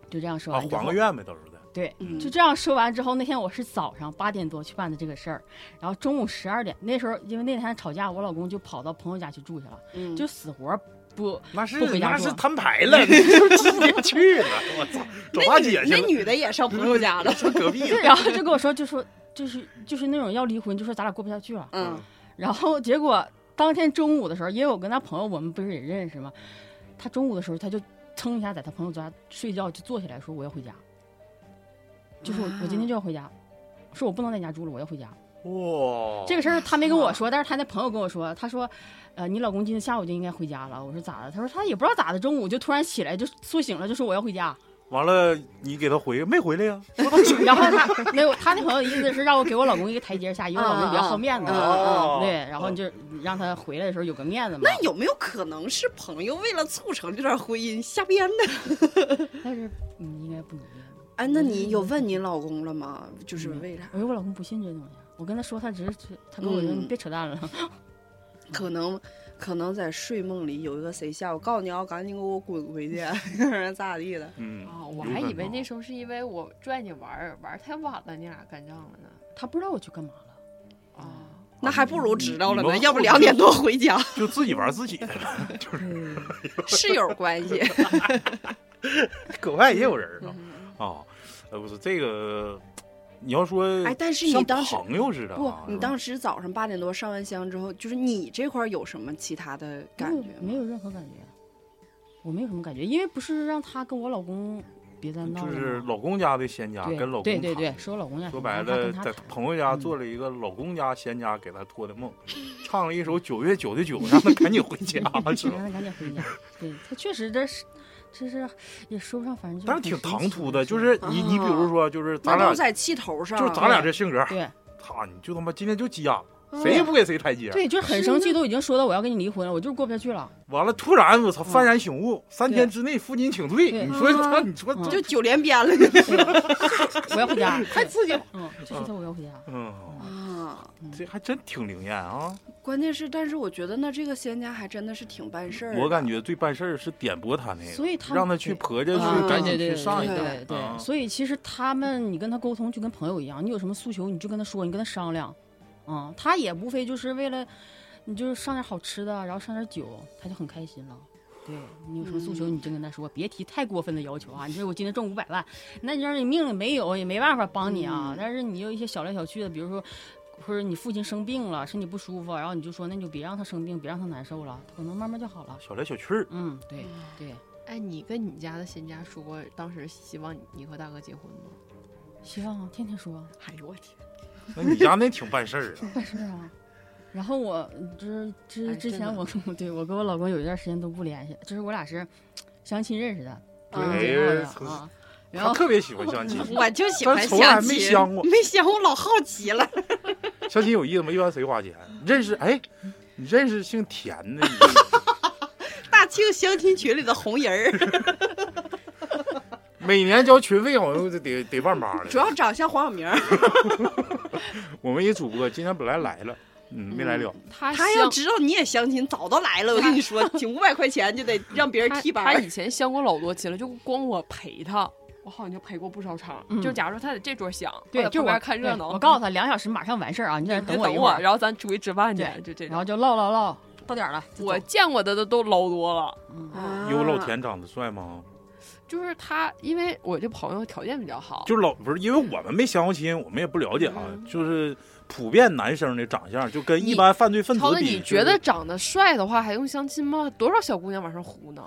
就这样说
啊，
完之
还
后，
个愿呗，到时候再。
对。
嗯，
就这样说完之后，那天我是早上八点多去办的这个事儿，然后中午十二点，那时候因为那天吵架，我老公就跑到朋友家去住去了，
嗯
就死活 不
那是
不回家
那
住
是摊牌了，你就直接去了， 我操，找大姐嗯去
那
了，
女的也上朋友 家了，
上隔壁
对，然后就跟我说，就说就是就是那种要离婚，就说咱俩过不下去了。
嗯
然后结果当天中午的时候，因为我跟他朋友，我们不是也认识吗？他中午的时候，他就蹭一下在他朋友家睡觉，就坐起来说我要回家，就是我、我今天就要回家，说我不能在家住了，我要回家。
嗯哇，
这个事儿他没跟我说，但是他那朋友跟我说，他说，呃，你老公今天下午就应该回家了。我说咋的？他说他也不知道咋的，中午就突然起来就苏醒了，就说我要回家。
完了，你给他回没回来呀？
然后他没有，他那朋友意思是让我给我老公一个台阶下，因为我老公比较好面子
嗯
嘛。
哦
对，然后你就让他回来的时候有个面子嘛。
那有没有可能是朋友为了促成这段婚姻瞎编的？
但是嗯，应该不能这样。
哎，那你有问你老公了吗？就是
嗯
为啥？
我说我老公不信这东西，我跟他说，他只是他跟我说
嗯
你别扯淡了。
可能可能在睡梦里有一个谁吓我，告诉你啊，赶紧给我滚回去， 让人咋地的？
嗯，
啊，我
有
还
可
以为
能
那时候是因为我拽你玩儿，玩儿太晚了，你俩干仗了呢。
他不知道我去干嘛了。
啊，
那还不如知道了
你
呢，
们
要不两点多回 家，
就自己玩自己的了，
对，
室友关系。
国外也有人呢啊，呃，不是这个，你要说
哎，但是
像
你当时
朋友似的啊，
不，
是
你
吧
当时早上八点多上完香之后，就是你这块儿有什么其他的感觉吗？
没有任何感觉，我没有什么感觉，因为不是让他跟我老公别再闹了
就
吗
是老公家的闲家
对
跟老公
对对对，
谈
说老公家
说白
他
了，
跟他
在
谈
朋友家
嗯
做了一个老公家闲家给他托的梦，唱了一首《九月九的九》，让他赶紧回家是
让
吧？
他赶紧回家。对他确实这是，这是也说不上，反正就是
但是挺
很神
唐
奇
突
的
的，
事
就是你你比如说，
嗯
就是咱
那
俩
都在气头上，
就是咱俩这性格，
对
操，你就他妈今天就急眼
啊
了，谁也不给谁台阶。
嗯对，就是很生气，都已经说到我要跟你离婚了，我就是过不下去 了。
完了，突然我操，
嗯
幡然醒悟，三天
对
之内负荆请罪。
对
你说
嗯
他，你说
嗯
这，
就九连鞭 了，就是
我要回家，太刺激了。嗯，
嗯
就是他我要回家。
嗯，
啊。
这还真挺灵验啊！
关键是，但是我觉得那这个仙家还真的是挺办事儿的。
我感觉最办事儿是点拨他那个，
所以他
让他去婆家
嗯
去，赶紧
啊对
去
对
上一
对
趟。
对对
嗯
所以其实他们，你跟他沟通就跟朋友一样，你有什么诉求你就跟他说，你跟他商量，嗯，他也无非就是为了，你就是上点好吃的，然后上点酒，他就很开心了。对你有什么诉求，
嗯
你就跟他说，别提太过分的要求啊！你说我今天挣五百万，那你让你命里没有也没办法帮你啊。
嗯
但是你有一些小来小去的，比如说，或者你父亲生病了，身体不舒服，然后你就说，那你就别让他生病，别让他难受了，他可能慢慢就好了。
小来小去儿，
嗯，对对，
哎，你跟你家的新家说过，当时希望你和大哥结婚吗？
希望啊，天天说啊。
哎呦我天，
那你家那挺办事儿啊。
是啊。然后我就是
哎
之之
真
前
的
我对我跟我老公有一段时间都不联系，就是我俩是相亲认识的，结婚
嗯
哎
结过的
操
啊。然
他
后
特别喜欢相亲，
嗯我就喜
但
欢
从来
相
没
亲，
相过。
没相过，我老好奇了。
相亲有意思吗？一般谁花钱？认识哎，你认识姓田的，你
大庆相亲群里的红人儿，
每年交群费好像得得得万八了
主。要长相黄晓明儿，
我们一主播今天本来来了，嗯，没来了。
他
他要知道你也相亲，早都来了。我跟你说，仅五百块钱就得让别人替班
他
儿。
以前相过老多亲了，就光我陪他，我好像就陪过不少场。
嗯
就假如说他在这桌响，我
对，
在
就是我
旁边看热
对
闹。
我告诉他两小时马上完事儿啊，你在这
你
等
等
我一会儿，
然后咱出去吃饭去
对，
就这
然
种
后。就唠唠唠，到点儿了，就
我
走
见过的都都老多了，
嗯
啊
优漏田长得帅吗？
就是他，因为我这朋友条件比较好，
就是老不是，因为我们没相过亲，我们也不了解啊。
嗯
就是普遍男生的长相，就跟一般犯罪分子
超子，
比，
你
就是
觉得长得帅的话还用相亲吗？多少小姑娘往上呼呢？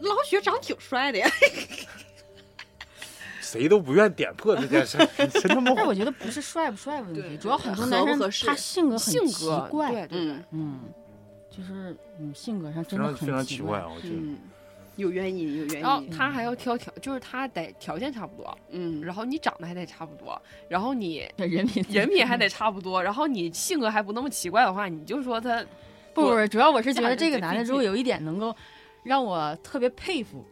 老雪长挺帅的呀，
谁都不愿点破这 件事儿，真他妈
但是我觉得不是帅不帅的问题，
对
主要很多
合
男
不
生
合适
他性格
性
很奇
格
怪，
对对对，
嗯，就是嗯性格上
非
真的
常
很
非常奇怪
怪，
啊！我觉得
嗯，有原因，有原
然后
嗯
因，
他还要挑条，就是他得条件差不多，
嗯，
然后你长得还得差不多，然后 你
人品
人品还得差不多，然后你性格还不那么奇怪的话，你就说他
不不，主要我是觉
嫁
得
人
这个
最
男
费
的如果
劲
有一点能够让我特别佩服，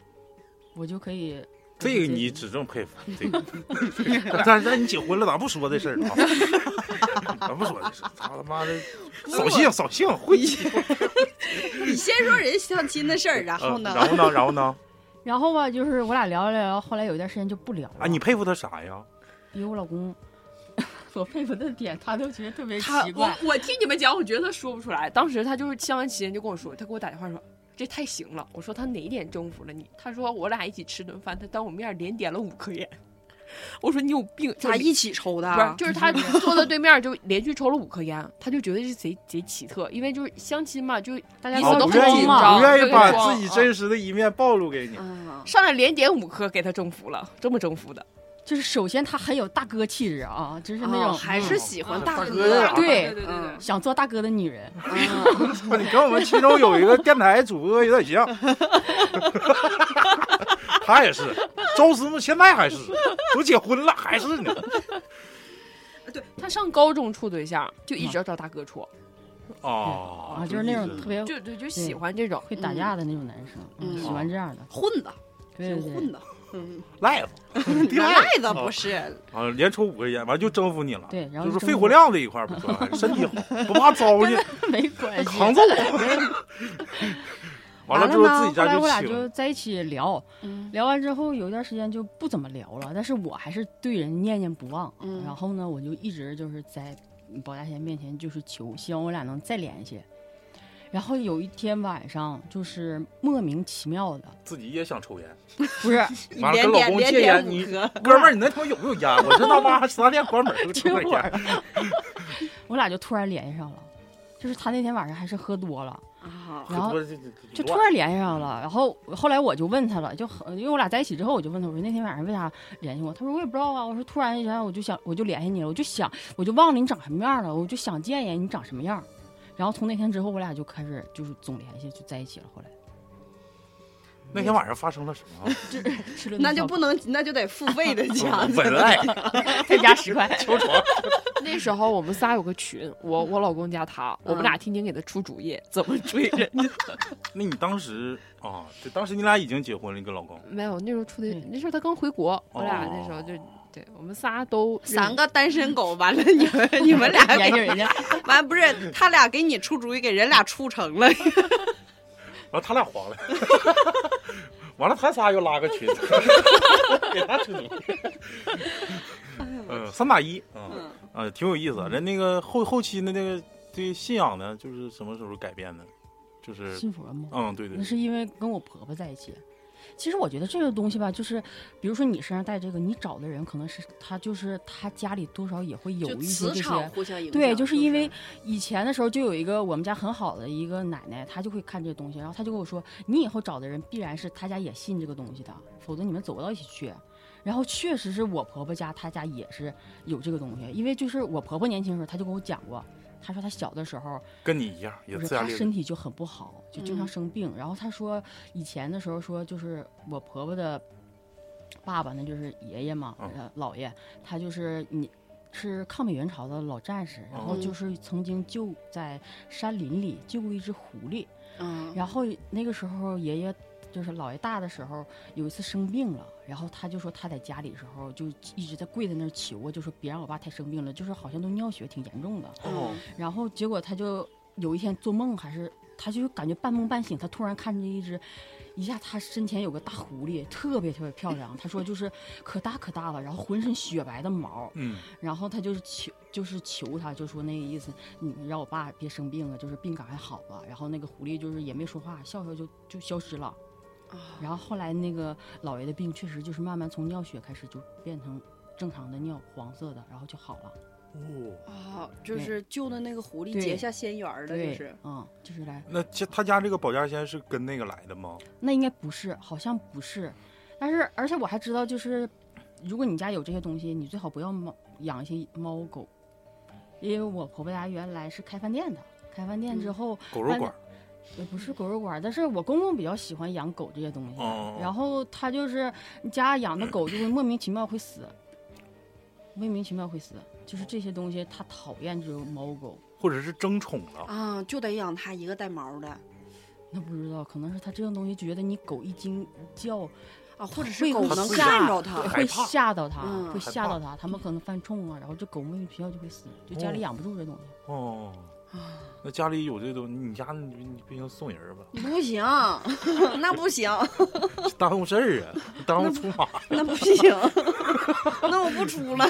我就可以。我
这
就
个
接
你
受
指正佩 服，这个。但但你结婚了，咱不说这事儿 啊，咱不说这事儿，操他 妈的，扫兴扫兴， 晦气。
你先说人相亲的事儿，然后呢
呃？然后呢？然后呢？
然后吧，就是我俩聊了聊，后来有一段时间就不聊了。
啊，你佩服他啥呀？
比我老公， 我佩服的点，他哦都觉得特别
他
奇
我
怪。
我听你们讲，我觉得他说不出来。当时他就是相完亲就跟我说，他给我打电话说这太行了。我说他哪一点征服了你？他说我俩一起吃顿饭，他当我面连点了五颗烟。 我说你有病，
咋
就是
一起抽的啊？
不是，就是他坐在对面就连续抽了五颗烟，他就觉得是贼贼奇特，因为就是相亲嘛，就大家
啊
彼
啊，
此都
不
很
愿意
紧
啊
张，
不愿
就
意
是
把
说
自己
啊
真实的一面暴露给你。
啊，
上来连点五颗给他征服了，这么征服的，
就是首先他很有大哥气质啊，就是那
哦
种
还是喜欢大
哥
哥
呀
呀？
对
对对对对
嗯
想做大哥的女人。
啊
哇你跟我们其中有一个电台主播有点像，他也是，周师傅现在还是都结婚了还是呢。
对他上高中处对象就一直要找大哥处，
哦
啊，就是那种特别
就就就喜欢这种。
会打架的那种男生，
嗯
嗯喜欢这样的。
混的，
对
挺
对
混
对，
的。嗯，
赖子，地赖
赖子不是
啊，连抽五根烟，完就征服你了。
对然
就
后
是
就
肺
征服
活量这一块儿不错，还是身体好，不怕糟践，
没关系。
扛揍。 完了之后自己
呢，后
家
来我俩
请
就在一起聊，
嗯
聊完之后有一段时间就不怎么聊了，但是我还是对人念念不忘。
嗯
然后呢，我就一直就是在保家贤面前就是求，希望我俩能再联系。然后有一天晚上，就是莫名其妙的，
自己也想抽烟，
不是，
完了跟老公
连
借
点
烟，
五
你
颗，
哥们儿，你那他妈有没有烟？我这他妈十三店关门就抽根
这会
烟。
我俩就突然联系上了。就是他那天晚上还是喝多了，
啊
然后
我这这
就
这
突然联系上了。然后后来我就问他了，就很因为我俩在一起之后，我就问他，我说那天晚上为啥联系我？他说我也不知道啊。我说突然一下我就想我就联系你了，我就想我就忘了你长什么样了，我就想见见你长什么样。然后从那天之后，我俩就开始就是总联系，就在一起了。后来
那天晚上发生了什 么？
吃了
那就不能，那就得付费的讲。
本来
再加十块，
敲床，
那时候我们仨有个群，我我老公加他，我们俩天天给他出主意，怎么追人家。
那你当时啊，这当时你俩已经结婚了，你跟老公
没有，那时候出的
对
那时候他刚回国，我俩
哦
那时候就对，我们仨都
三
个。
个单身狗，完了你们你们 俩
研究
给
人家，
完不是他俩给你出主意，给人俩出成 了，
完了他俩黄了， 完了他仨又拉个群， 给他出主意。
哎
嗯，三打一，嗯，啊，挺有意思。人那个后后期的那个对信仰呢，就是什么时候改变的？就是，
信佛吗？
嗯，对对
那，是因为跟我婆婆在一起。其实我觉得这个东西吧，就是比如说你身上带这个，你找的人可能是他，就是他家里多少也会有
就
一些
磁
这
场
些。
互相影响。
对，就是
不
因为以前的时候就有一个我们家很好的一个奶奶，她就会看这东西，然后她就跟我说，你以后找的人必然是她家也信这个东西的，否则你们走不到一起去。然后确实是我婆婆家，她家也是有这个东西，因为就是我婆婆年轻的时候，她就跟我讲过，她说她小的时候
跟你一样，也
不
自
是
家
她
列
身体就很不好，就经常
嗯
生病。然后她说以前的时候说就是我婆婆的爸爸，那就是爷爷嘛，
嗯
呃姥爷，他就是你。是抗美援朝的老战士，然后
嗯
就是曾经救在山林里救过一只狐狸，
嗯，
然后那个时候爷爷就是姥爷大的时候，有一次生病了，然后他就说他在家里的时候就一直在跪在那儿求啊，就说别让我爸太生嗯病了，就是好像都尿血挺严重的，
哦，
然后结果他就有一天做梦，还是他就是感觉半梦半醒，他突然看见一只，一下他身前有个大狐狸，特别特别漂亮。他说就是可大可大了，然后浑身雪白的毛，
嗯，
然后他就是求，就是求他，就说那个意思，你让我爸别生病了，就是病赶快好了。然后那个狐狸就是也没说话，笑笑就就消失了。然后后来那个老爷的病确实就是慢慢从尿血开始就变成正常的尿，黄色的，然后就好了。
哦，
啊，就
对
是救的那个狐狸
对
结下仙缘儿的，就
对
是，
嗯，就是来，
那家他家这个保家仙是跟那个来的吗？
那应该不是，好像不是。但是而且我还知道，就是如果你家有这些东西，你最好不要猫养一些猫狗，因为我婆婆家原来是开饭店的，开饭店之
嗯
后。
狗肉馆，
也不是狗肉馆儿，但是我公公比较喜欢养狗这些东西，
哦
嗯然后他就是家养的狗就会莫名其妙会死，莫名其妙会死，就是这些东西他讨厌这种猫狗，
或者是争宠了，
啊，就得养它一个带毛的
那不知道可能是他这种东西觉得你狗一惊叫
啊，或者是
会
狗
它
能
自
看
杀
着它，
啊害
会
怕
吓到他，
嗯
会
害
吓
怕
到他，他们可能犯冲啊，然后这狗莫名其妙就会死，就家里
哦
养不住这东西。
哦。
啊
那家里有这东西，你家你你不行送人儿吧，
不行， 那不行，
耽误事儿 啊，耽误出马。
那不行， 那我不出了。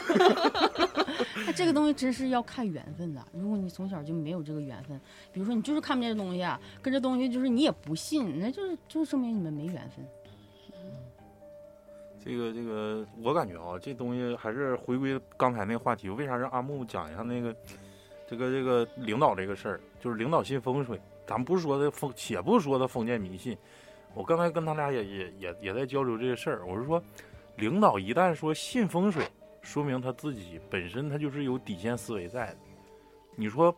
那这个东西真是要看缘分的。如果你从小就没有这个缘分，比如说你就是看不见这东西，啊跟这东西就是你也不信，那就是就是证明你们没缘分。
这个这个，我感觉啊，这东西还是回归刚才那个话题，为啥让阿木讲一下那个这个这个领导这个事儿？就是领导信风水，咱不说的封，且不说的封建迷信。我刚才跟他俩也也也也在交流这个事儿，我是说，领导一旦说信风水，说明他自己本身他就是有底线思维在的。你说，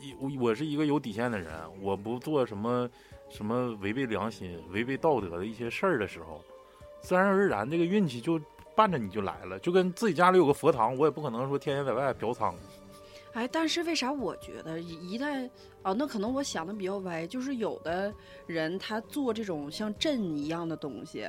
一我我是一个有底线的人，我不做什么什么违背良心、违背道德的一些事儿的时候，自然而然这个运气就伴着你就来了，就跟自己家里有个佛堂，我也不可能说天天在外嫖娼。
哎，但是为啥我觉得一一旦啊，那可能我想的比较歪，就是有的人他做这种像阵一样的东西，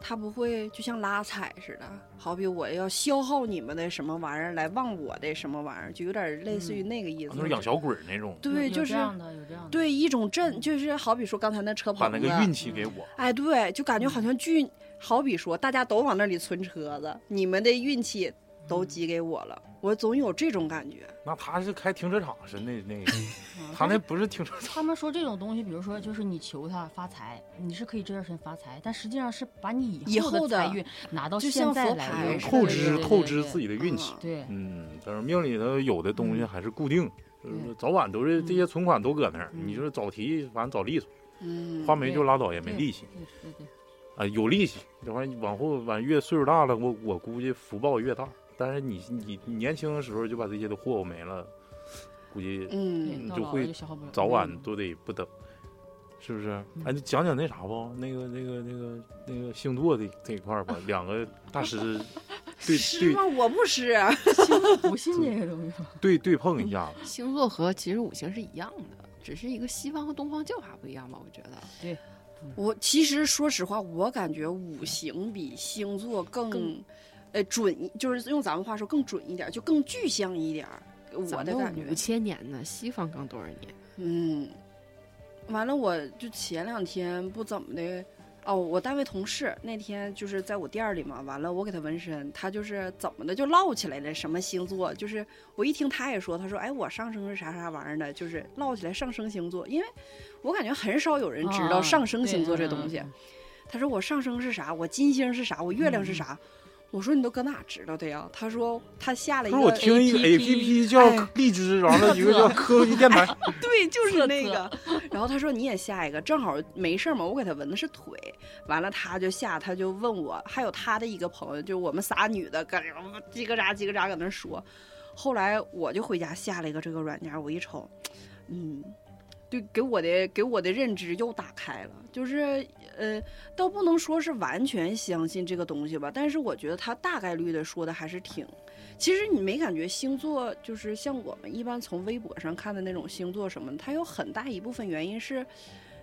他不会就像拉踩似的，好比我要消耗你们的什么玩意儿来忘我的什么玩意儿，就有点类
嗯
似于那个意思。
那种养小鬼儿那种，
有
对，
有
就是
这样的，有这样的。
对一种阵，就是好比说刚才那车
把
棚
那
子，
个运气给我。
哎，对，就感觉好像聚，好比说大家都往那里存车子，你们的运气
嗯
嗯
都集给我了，我总有这种感觉。
那他是开停车场是那那个，
嗯，
他
但
那
是
不是停车场。
他们说这种东西，比如说就是你求他发财，你是可以这段时间发财，但实际上是把你
以后
后
的
的财运拿到
就
现
像
在
佛
来
牌
用，
似的
透
控
对
制
支
对对
透
对
支
对
自己的运 气。
对，
嗯，但是命里头有的东西还是固定，就是早晚都是
嗯
这些存款都搁那儿。
嗯
你就是早提完早利索，
嗯，
花没就拉倒，也没
对
利息
对对对，
啊，有利息。这玩意儿往后往越岁数大了，我我估计福报越大。但是你你你年轻的时候就把这些都霍霍没了，估计
嗯
对到
就
老了
会
消耗不了
早晚
嗯
都得不等，是不是？
嗯
哎，你讲讲那啥不？那个、那个、那个、那个星座这这一块儿吧，两个大师对
是吗
对？
我不是，啊
不信这个东西吗？
对对碰一下子，
星座和其实五行是一样的，只是一个西方和东方叫法不一样吧？我觉得
我其实说实话，我感觉五行比星座更，呃，准，就是用咱们话说更准一点，就更具象一点儿。我
咱
的
们
感觉
五，千年呢，西方刚多少年？
嗯，完了，我就前两天不怎么的，哦，我单位同事那天就是在我店儿里嘛，完了我给他纹身，他就是怎么的就唠起来了，什么星座，就是我一听他也说，他说哎，我上升是啥啥玩意儿的，就是唠起来上升星座，因为我感觉很少有人知道
啊
上升
对
星座这
嗯
东
嗯
西。
嗯
他说我上升是啥，我金星是啥，我月亮是
嗯
啥。我说你都搁哪知道的呀？他说他下了一
不是我
个，
听一个 A P P 叫
哎
荔枝，完了一个叫科技电台，
对，就是
测
那
测
个。然后他说你也下一个，正好没事儿嘛，我给他纹的是腿。完了他就下，他就问我，还有他的一个朋友，就我们仨女的，搁那叽个喳叽个喳搁那说。后来我就回家下了一个这个软件，我一瞅，嗯，对，给我的给我的认知又打开了，就是呃，倒不能说是完全相信这个东西吧，但是我觉得他大概率的说的还是挺。其实你没感觉星座就是像我们一般从微博上看的那种星座什么的，它有很大一部分原因是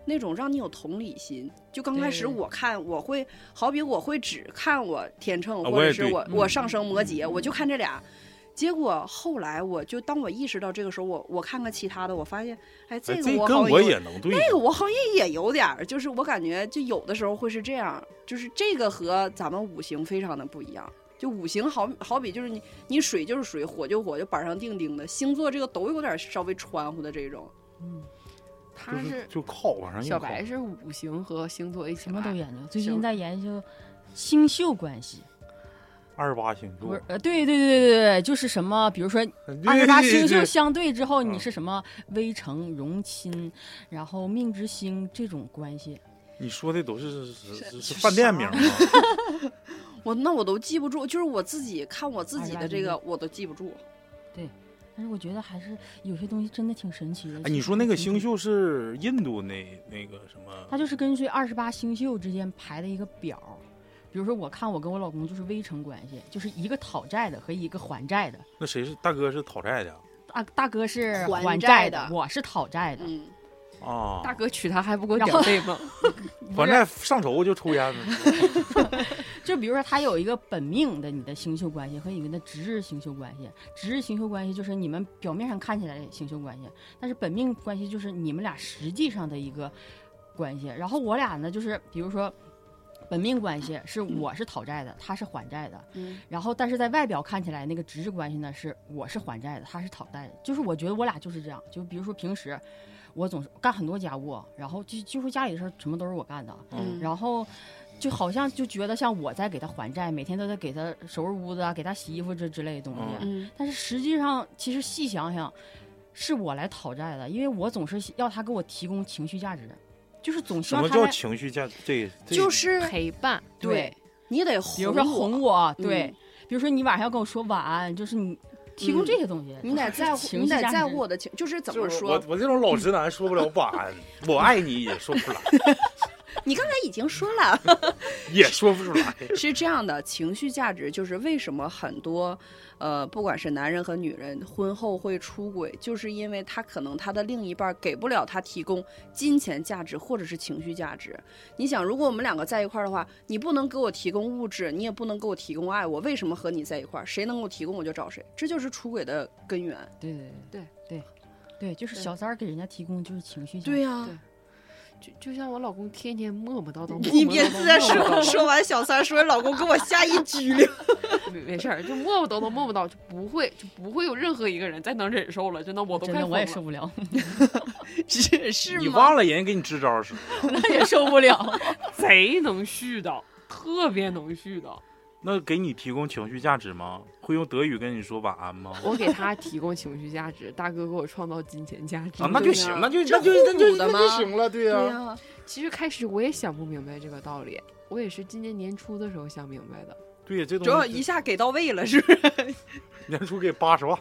那种让你有同理心。就刚开始
对
我看我会，好比我会只看我天秤
啊
或
我也
者是
对嗯
我
嗯
我上升摩羯，我就看这俩。结果后来我就当我意识到这个时候，我我看看其他的，我发现，哎，
哎，
这个
这
我
跟
好
我
像有
也能对上。
这个我好像也有点儿，就是我感觉就有的时候会是这样，就是这个和咱们五行非常的不一样。就五行好好比就是你你水就是水，火就火，就板上钉钉的。星座这个都有点稍微穿乎的这种，
嗯，
他
就是就靠往上硬
小
靠
白是五行和星座一起
什么都
来
研究，最
行
近在研究星宿关系，
二十八星
不
座
是，呃，对对对对对，就是什么，比如说二十 八星宿相对之后，你是什么微成、荣亲，然后命之星这种关系，
你说的都是是是
是
是饭店名吗？
我那我都记不住，就是我自己看我自己的这个我都记不住。
但是我觉得还是有些东西真的挺神奇的。
哎，你说那个星，宿是印度那那个什么？
它就是根据二十八星宿之间排的一个表。比如说，我看我跟我老公就是微成关系，就是一个讨债的和一个还债的。
那谁是大哥是讨债的啊
大大哥是
还
还
债
债
的
我是讨债的。
嗯，
啊？
大哥娶她还不够
然
点儿背吗？
还债上头就抽烟了，
就比如说，他有一个本命的你的星宿关系和你跟他值日星宿关系，值日星宿关系就是你们表面上看起来的星宿关系，但是本命关系就是你们俩实际上的一个关系。然后我俩呢，就是比如说。本命关系是我是讨债的，他是还债的，
嗯
然后但是在外表看起来那个值日关系呢是我是还债的，他是讨债的，就是我觉得我俩就是这样，就比如说平时我总是干很多家务，然后就就说家里的事儿什么都是我干的，
嗯，
然后就好像就觉得像我在给他还债，每天都在给他收拾屋子啊，给他洗衣服这之类的东西。
嗯
但是实际上，其实细想想，是我来讨债的，因为我总是要他给我提供情绪价值，就是总希
什
望
么
他
叫
来
情绪价？这这
就是
陪伴，
对，
你得
比如说
哄
哄
我，
我，
嗯
对，比如说你晚上要跟我说晚安，就是你提供这些东西，
你得在乎，
情
你
绪
得
价
在
值
乎我的情，就是怎
就
么
是
说
我？我这种老直男说不了晚安， 我爱你也说不出来，
你刚才已经说了。
也说不出来。
是这样的，情绪价值就是为什么很多，呃，不管是男人和女人，婚后会出轨，就是因为他可能他的另一半给不了他提供金钱价值或者是情绪价值。你想，如果我们两个在一块儿的话，你不能给我提供物质，你也不能给我提供爱，我为什么和你在一块儿？谁能给我提供，我就找谁，这就是出轨的根源。
对对
对
对对，就是
对
小三儿给人家提供就是情绪价值。
对呀、啊
就就像我老公天天磨磨叨叨，
你
磨磨
别
叨叨
自在
磨磨
说
叨叨
说完小三说老公给我吓一激灵。
没没事儿，就磨磨叨叨，磨磨叨，就不会就不会有任何一个人再能忍受了，真的，我都
真
快
的
疯
我
了
也。受不了，
是是吗？
你忘了人家给你支招是吗？
那也受不了。
贼能絮叨，特别能 絮叨。
那给你提供情绪价值吗？会用德语跟你说晚安 吗？
我给他提供情绪价值，大哥给我创造金钱价值。
啊，那就
对
行
呀，
那就
这
那就那
互
就
补的
那就
吗
行了，对
对啊
呀。
呀、
其实开始我也想不明白这个道理，我也是今年年初的时候想明白的。
对呀，这东
主要
西
一下给到位了，是不是？
年初给八十万，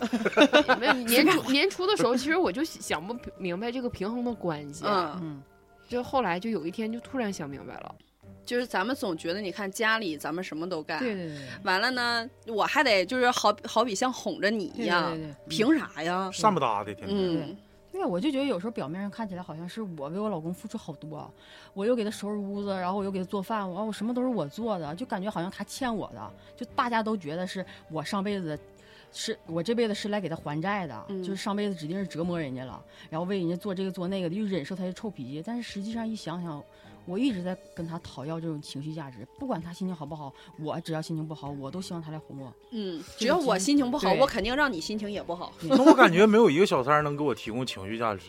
哎没 有年初年初的时候，其实我就想不明白这个平衡的关系。，
嗯。
嗯，
就后来就有一天就突然想明白了。
就是咱们总觉得，你看家里咱们什么都干，
对对对对。
完了呢，我还得就是好好比像哄着你一样，
对对对对
凭啥呀？
善不搭的，天天。
嗯，
对，啊我就觉得有时候表面上看起来好像是我为我老公付出好多，我又给他收拾屋子，然后我又给他做饭，哦我我什么都是我做的，就感觉好像他欠我的，就大家都觉得是我上辈子。是我这辈子是来给他还债的，
嗯
就是上辈子指定是折磨人家了，然后为人家做这个做那个的，又忍受他的臭脾气。但是实际上一想想，我一直在跟他讨要这种情绪价值，不管他心情好不好，我只要心情不好，我都希望他来哄我。
嗯，只要我心情不好，
对
我肯定让你心情也不好，
那我感觉没有一个小三儿能给我提供情绪价值，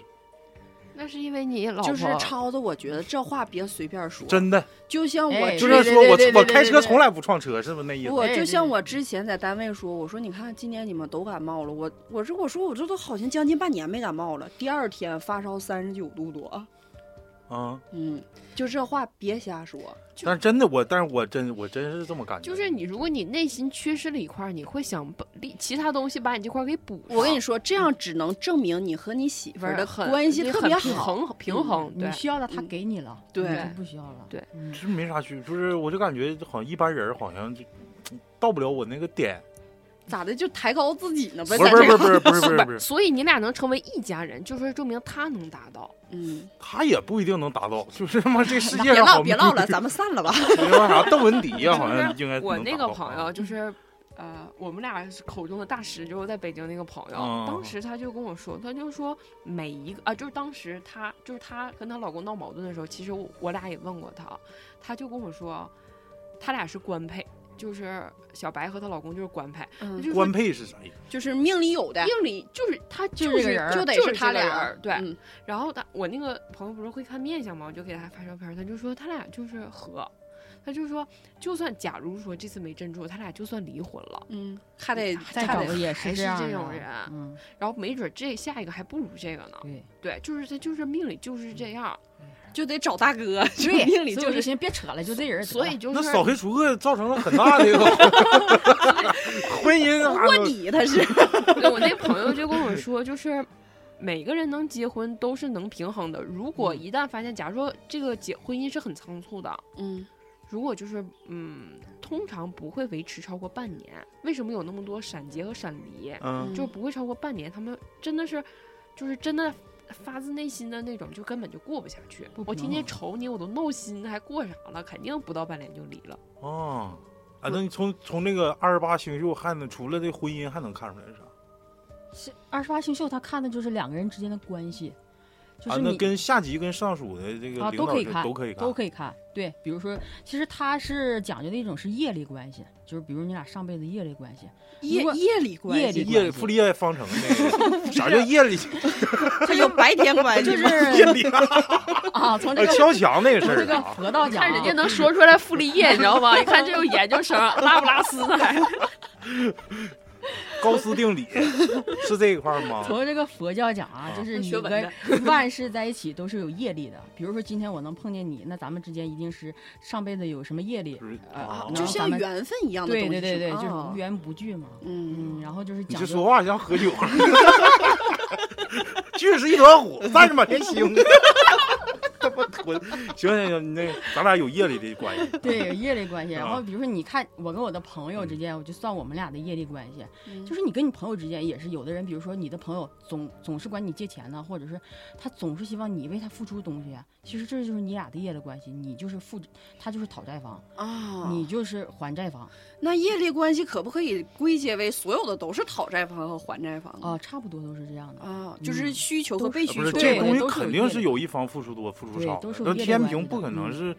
那是因为你老婆
就是超子，我觉得这话别随便说，
真的
就像我
哎
就
之
是说我
对对对
我
对对
开车
对
从来不撞车，是不是那意思？
我
对
就
对
像
对
我之前在单位说，我说你看今年你们都感冒了，我我这我说我这都好像将近半年没感冒了，第二天发烧三十九度多，
啊，
嗯，就这话别瞎说，
就
但是真的我，但是我真我真是这么感觉。
就是你，如果你内心缺失了一块儿，你会想把另其他东西把你这块儿给补上。
我跟你说，这样只能证明你和你媳妇
玩
儿
儿
的
很
关系
你
特
很
别
平
好。
衡平衡，对
你，需要的他
嗯
给你了，
对
你就不需要了。
对
嗯，
是没啥区，就是我就感觉好像一般人好像就到不了我那个点。
咋的就抬高自己呢？
不是
在
不
这
是
个
不是不是不 是不是，
所以你俩能成为一家人，就是证明他能达到。
嗯，
他也不一定能达到，就是他妈这世
别
界上
唠
好
别唠了，咱们散了吧。
啊没有啥邓文迪呀，好像
就是
应该
我
能
那
达
个
到
朋友就是呃，我们俩是口中的大师就是在北京那个朋友，
嗯
当时他就跟我说，他就说每一个啊，就是当时他就是她跟她老公闹矛盾的时候，其实我我俩也问过她，她就跟我说，他俩是官配，就是小白和她老公就是官配，
嗯
就是
官配是啥意思？
就是命里有的，
命里就是他
就是
就
这个人
是
儿
就得
就是
他
这个
俩
人儿对
嗯
然后他我那个朋友不是会看面相嘛，我就给他发照片儿，他就说他俩就是和，他就说就算假如说这次没镇住，他俩就算离婚了，
嗯，还得
再
还
找
得
个也
还
这
是
样
这
的
种人
嗯，
然后没准儿这下一个还不如这个呢。
对
对，就是他就是命里就是这样儿，
就得找大哥，就
对，
命里
所以我
就是
寻思别扯了，就这人儿得
所
了
以就是
那扫黑除恶造成了很大的一个 婚姻啊
卧底，他是
对我那朋友就跟我说，就是每个人能结婚都是能平衡的。如果一旦发现，假如说这个结婚姻是很仓促的，
嗯
如果就是嗯，通常不会维持超过半年。为什么有那么多闪结和闪离？
嗯，
就不会超过半年，他们真的是，就是真的发自内心的那种，就根本就过不下去。
不
我
平
天天
衡
瞅你，我都闹心，还过啥了？肯定不到半年就离了。
哦，啊，那你从从这个二十八星宿还能除了这婚姻还能看出来是啥？
是二十八星宿，他看的就是两个人之间的关系，就
啊，
是
那
你
跟下级跟上属的这个
啊
领
都
导
可以
就
看，
都可以看，
都可以看。对，比如说，其实他是讲究的一种是业力关系，就是比如你俩上辈子业力 关系，
夜
如果
夜里关
夜
系
里
夜
关系
傅立叶方程那 个，啥叫夜里
还有白天关系
就
吗，
是
夜里
啊，从这
呃
个
敲墙那个事
从这
儿
个
啊？
佛道讲
看
啊，
人 家能说出来傅立叶，你知道吗？一看这有研究生，拉不拉丝的还。
高斯定理 是这一块儿 吗？
从这个佛教讲啊
啊，
就是
那
你
学文
跟 万事在一起都是有业力的。比如说今天我能碰见你，那咱们之间一定是上辈子有什么业力
就是，
呃
啊，
能
就
让
像
咱们
缘分一样的东
对
西，
对对对，
是吗
就是
哦
无缘不聚嘛。嗯，
嗯，
然后就是
你
讲
这
究
说话像喝酒， 聚是一团火，散是满天星。 他妈囤，行行行，你那个咱俩有夜里的关系。
对有业力关系。然
啊
后比如说你看我跟我的朋友之
嗯
间，我就算我们俩的业力关系，就是是你跟你朋友之间也是，有的人，比如说你的朋友总总是管你借钱呢，或者是他总是希望你为他付出东西啊，其实这就是你俩的业力关系，你就是付，他就是讨债方，
啊，
你就是还债方
那业力关系可不可以归结为所有的都是讨债方和还债方
啊、差不多都是这样的。
啊，就是
嗯
需求和
都
被
呃不
需
是
求，
这
对
东西
都是有
肯
业
定
力
是有一方付出多，付出
对
少
都
的
是。有
那
业力
天
关
平
系
不
的
可能
嗯
是，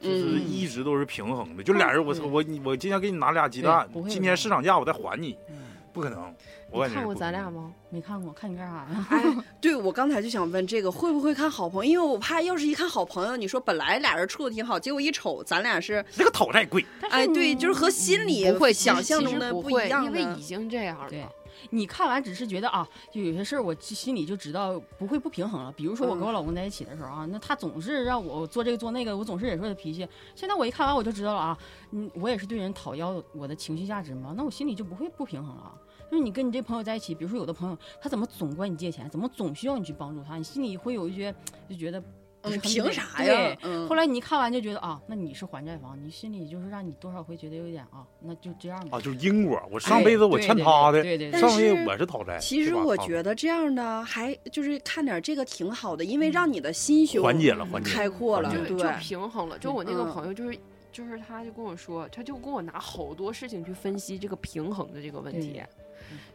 就是
嗯，
一直都是平衡的。就俩人，我操，
对
我你我今天给你拿俩鸡蛋
对不，会有
今
这
天
样
市场价我再还你，
嗯，
不可能。我感
你
觉
看
是
过
不可
咱
能
俩吗？
没看过，看你啊干啥 呀？
哎，对我刚才就想问这个会不会看好朋友，因为我怕要是一看好朋友，你说本来俩人处的挺好，结果一瞅咱俩是，
那个讨债贵，
哎，对，就是和心里
不会，
想
其
象
实
中的
不
不
会，
一样
因为
的
已，经这样
对
啊
了。
你看完只是觉得啊，就有些事儿我心心里就知道不会不平衡了。比如说
嗯
我跟我老公在一起的时候啊，那他总是让我做这个做那个，我总是忍受他的脾气。现在我一看完我就知道了啊，嗯，我也是对人讨要我的情绪价值嘛，那我心里就不会不平衡了。就是你跟你这朋友在一起，比如说有的朋友他怎么总管你借钱，怎么总需要你去帮助他，你心里会有一些就觉得不是
嗯，
很
凭
对
啥
对
呀？嗯
后，来你一看完就觉得啊，那你是还债方，你心里就是让你多少会觉得有点啊，那就这样吧。
啊，就是因果。我上
哎
辈子我
对
欠
对
他的，
对对对
但
上
是
辈子我是讨债。
其实我觉
得
得这样的还就是看点这个挺好的，因为让你的心胸
缓解了，缓解了。
开阔了，
缓
就
解
对
就，平衡了。就我那个
嗯
朋友，就是就是，他就跟我说，他就跟我拿好多事情去分析这个平衡的这个问题
对嗯。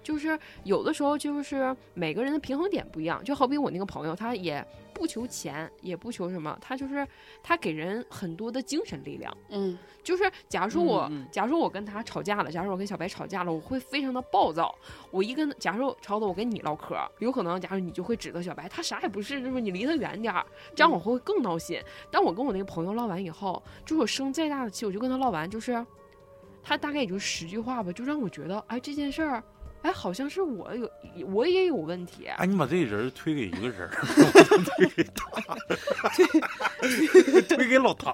就是有的时候，就是每个人的平衡点不一样。就好比我那个朋友，他也不求钱，也不求什么，他就是他给人很多的精神力量。
嗯
就是假如说我，
嗯嗯
假如说我跟他吵架了，假如说我跟小白吵架了，我会非常的暴躁。我一跟，假如说吵的我跟你唠嗑，有可能，假如你就会指责小白，他啥也不是，就是你离他远点儿，
嗯
这样我会更闹心。但我跟我那个朋友唠完以后，就是我生再大的气，我就跟他唠完，就是他大概也就十句话吧，就让我觉得，哎，这件事儿，哎，好像是我有，我也有问题。
哎，你把这人推给一个人儿，推给他，推给老谭。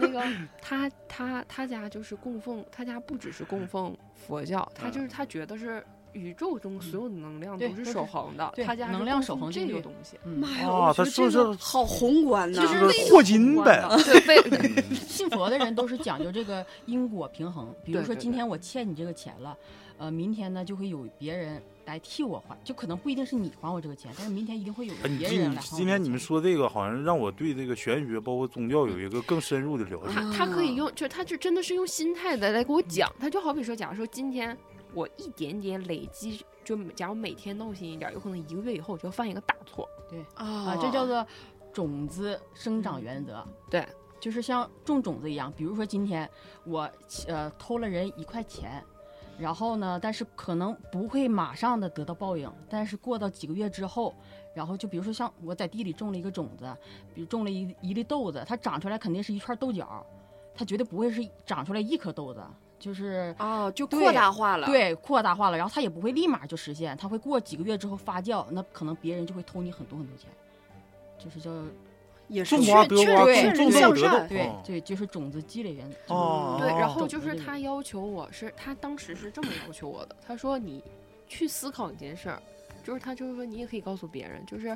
那个他他他家就是供奉，他家不只是供奉佛教，他就是他觉得是宇宙中所有的能量
嗯对
都是
都
守
是
恒的，
对
他家是
能量
供
守
奉
恒
这
定
个
律
东西，
嗯，
妈呀，
啊
我觉
他
得
说
这
是
个好宏观呐、
就是
非
霍
常
金
宏
呗
观的，
对，被
信佛的人都是讲究这个因果平衡，比如
对
说
对
今
对
天我欠你这个钱了，呃，明天呢就会有别人来替我还，就可能不一定是你还我这个钱，但是明天一定会有
哎，你
别
今
人来还我。
今天你们，说这个，好像让我对这个玄学包括宗教有一个更深入的了解。
他他可以
啊
用，就他就真的是用心态的来给我讲，他就好比说，假如说今天我一点点累积，就假如每天闹心一点，有可能一个月以后我就犯一个大错，
啊
啊，，
这叫做种子生长原则。
对，
就是像种种子一样，比如说今天我呃偷了人一块钱。然后呢？但是可能不会马上的得到报应，但是过到几个月之后，然后就比如说像我在地里种了一个种子，比如种了一一粒豆子，它长出来肯定是一串豆角，它绝对不会是长出来一颗豆子，就是
啊，就
对
扩大化了。，
对，扩大化了，然后它也不会立马就实现，它会过几个月之后发酵，那可能别人就会偷你很多很多钱，就是叫
也是
种
确
瓜得
确
瓜，
对
种
确
种
实
豆
向
得豆
善。。
对、
哦
对，就是种子积累原则。
哦，
对，然后
懂
就
得
是
这个
他要求我是，他当时是这么要求我的，他说你去思考一件事儿，就是他就是说你也可以告诉别人，就是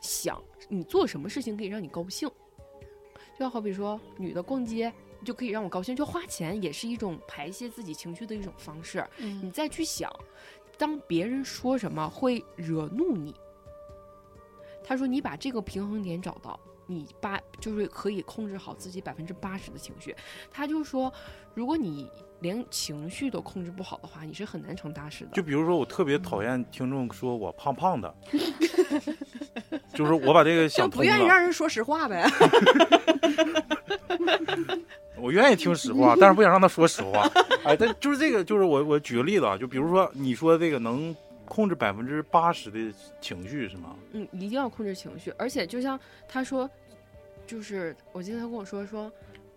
想你做什么事情可以让你高兴，就好比说女的逛街就可以让我高兴，就花钱也是一种排泄自己情绪的一种方式，你
嗯
再去想，当别人说什么会惹怒你，他说你把这个平衡点找到，你八就是可以控制好自己百分之八十的情绪。他就说，如果你连情绪都控制不好的话，你是很难成大事
就
的。
比如说，我特别讨厌听众说我胖胖的，就是我把这个
就
想
不
通
愿意
了。
让人说实话呗，
我愿意听实话，但是不想让他说实话。哎，但就是这个，就是我我举个例子啊，就比如说你说这个能控制百分之八十的情绪是吗？
嗯，一定要控制情绪，而且就像他说，就是我记得他跟我说说。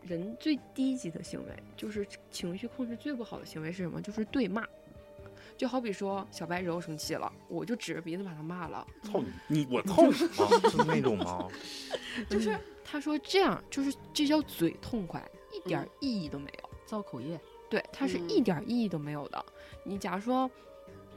人最低级的行为，就是情绪控制最不好的行为是什么？就是对骂。就好比说小白惹我生气了，我就指着鼻子把他骂了，
操你！你我操你吗？是那种吗？
就是他说这样，就是这叫嘴痛快，一点儿意义都没有。
造口业，
对，它是一点儿意义都没有的。你假如说，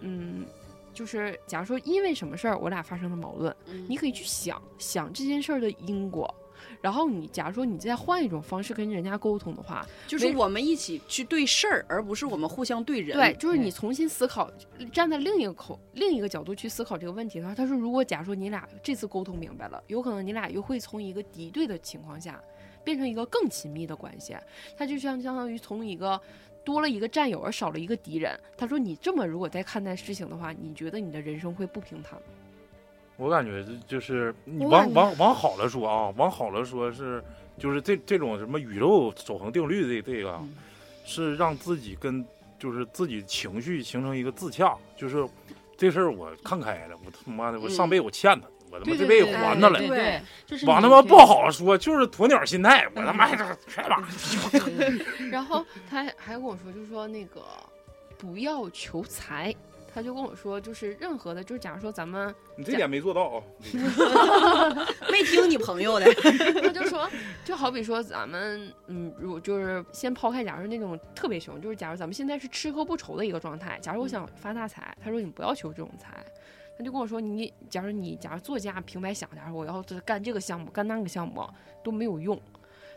嗯，就是假如说因为什么事儿我俩发生了矛盾，
嗯
你可以去想想这件事儿的因果。然后你假如说你再换一种方式跟人家沟通的话，
就是
没
我们一起去对事儿，而不是我们互相对人。
哎
对，就是你
对
重新思考，呃站在另一个口另一个角度去思考这个问题的话，他说，如果假如说你俩这次沟通明白了，有可能你俩又会从一个敌对的情况下，变成一个更亲密的关系。他就像相当于从一个多了一个战友而少了一个敌人。他说，你这么如果在看待事情的话，你觉得你的人生会不平坦吗？
我感觉这就是你
我
往
感觉
往往好了说啊，往好了说是就是这这种什么宇宙守恒定律这这个啊，
嗯
是让自己跟就是自己情绪形成一个自洽，就是这事儿我看开了，我他妈的我上辈子我欠他，我他妈
对
这
对
辈
对
子
哎
对
还他了。
对对，就是
往
你
他妈
这
不。好了说，就是鸵鸟心态，我他妈的全往
对对对
然后他还跟我说，就说那个不要求财。他就跟我说，就是任何的，就是假如说咱们
你这点没做到啊！
没听你朋 友的，
他就说，就好比说咱们，嗯，如果就是先抛开，假如那种特别穷，就是假如咱们现在是吃喝不愁的一个状态，假如我想发大财，他说你不要求这种财，他就跟我说你，假如你假如作家平白想，假如我要是干这个项目，干那个项目都没有用，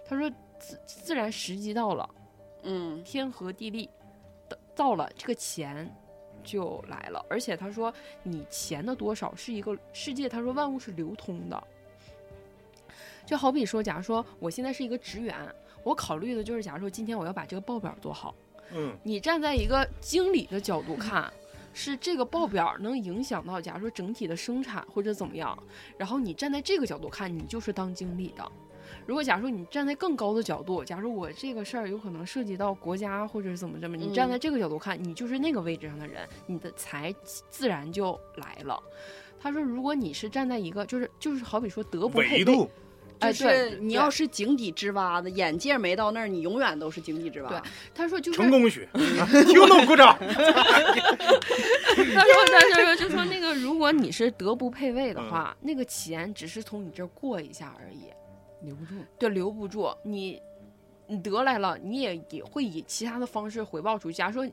他说自自然时机到了，
嗯，
天和地利到到了，这个钱就来了。而且他说，你钱的多少是一个世界，他说万物是流通的。就好比说，假如说我现在是一个职员，我考虑的就是，假如说今天我要把这个报表做好，
嗯，
你站在一个经理的角
嗯
度看，是这个报表能影响到，假如说整体的生产或者怎么样，然后你站在这个角度看，你就是当经理的。如果假如说你站在更高的角度，假如我这个事儿有可能涉及到国家或者是怎么怎么，你站在
嗯
这个角度看，你就是那个位置上的人，你的财自然就来了。他说，如果你是站在一个就是就是好比说德不配
嗯维
位，
度
哎，
就
对
是，你
对
要是井底之蛙的，眼界没到那儿，你永远都是井底之蛙。
对他说就是
成功学，听懂鼓掌。
他说，他就说，就说那个，如果你是德不配位的话，那个钱只是从你这儿过一下而已，
留不住，
就留不住你。你得来了，你也也会以其他的方式回报出去。假如说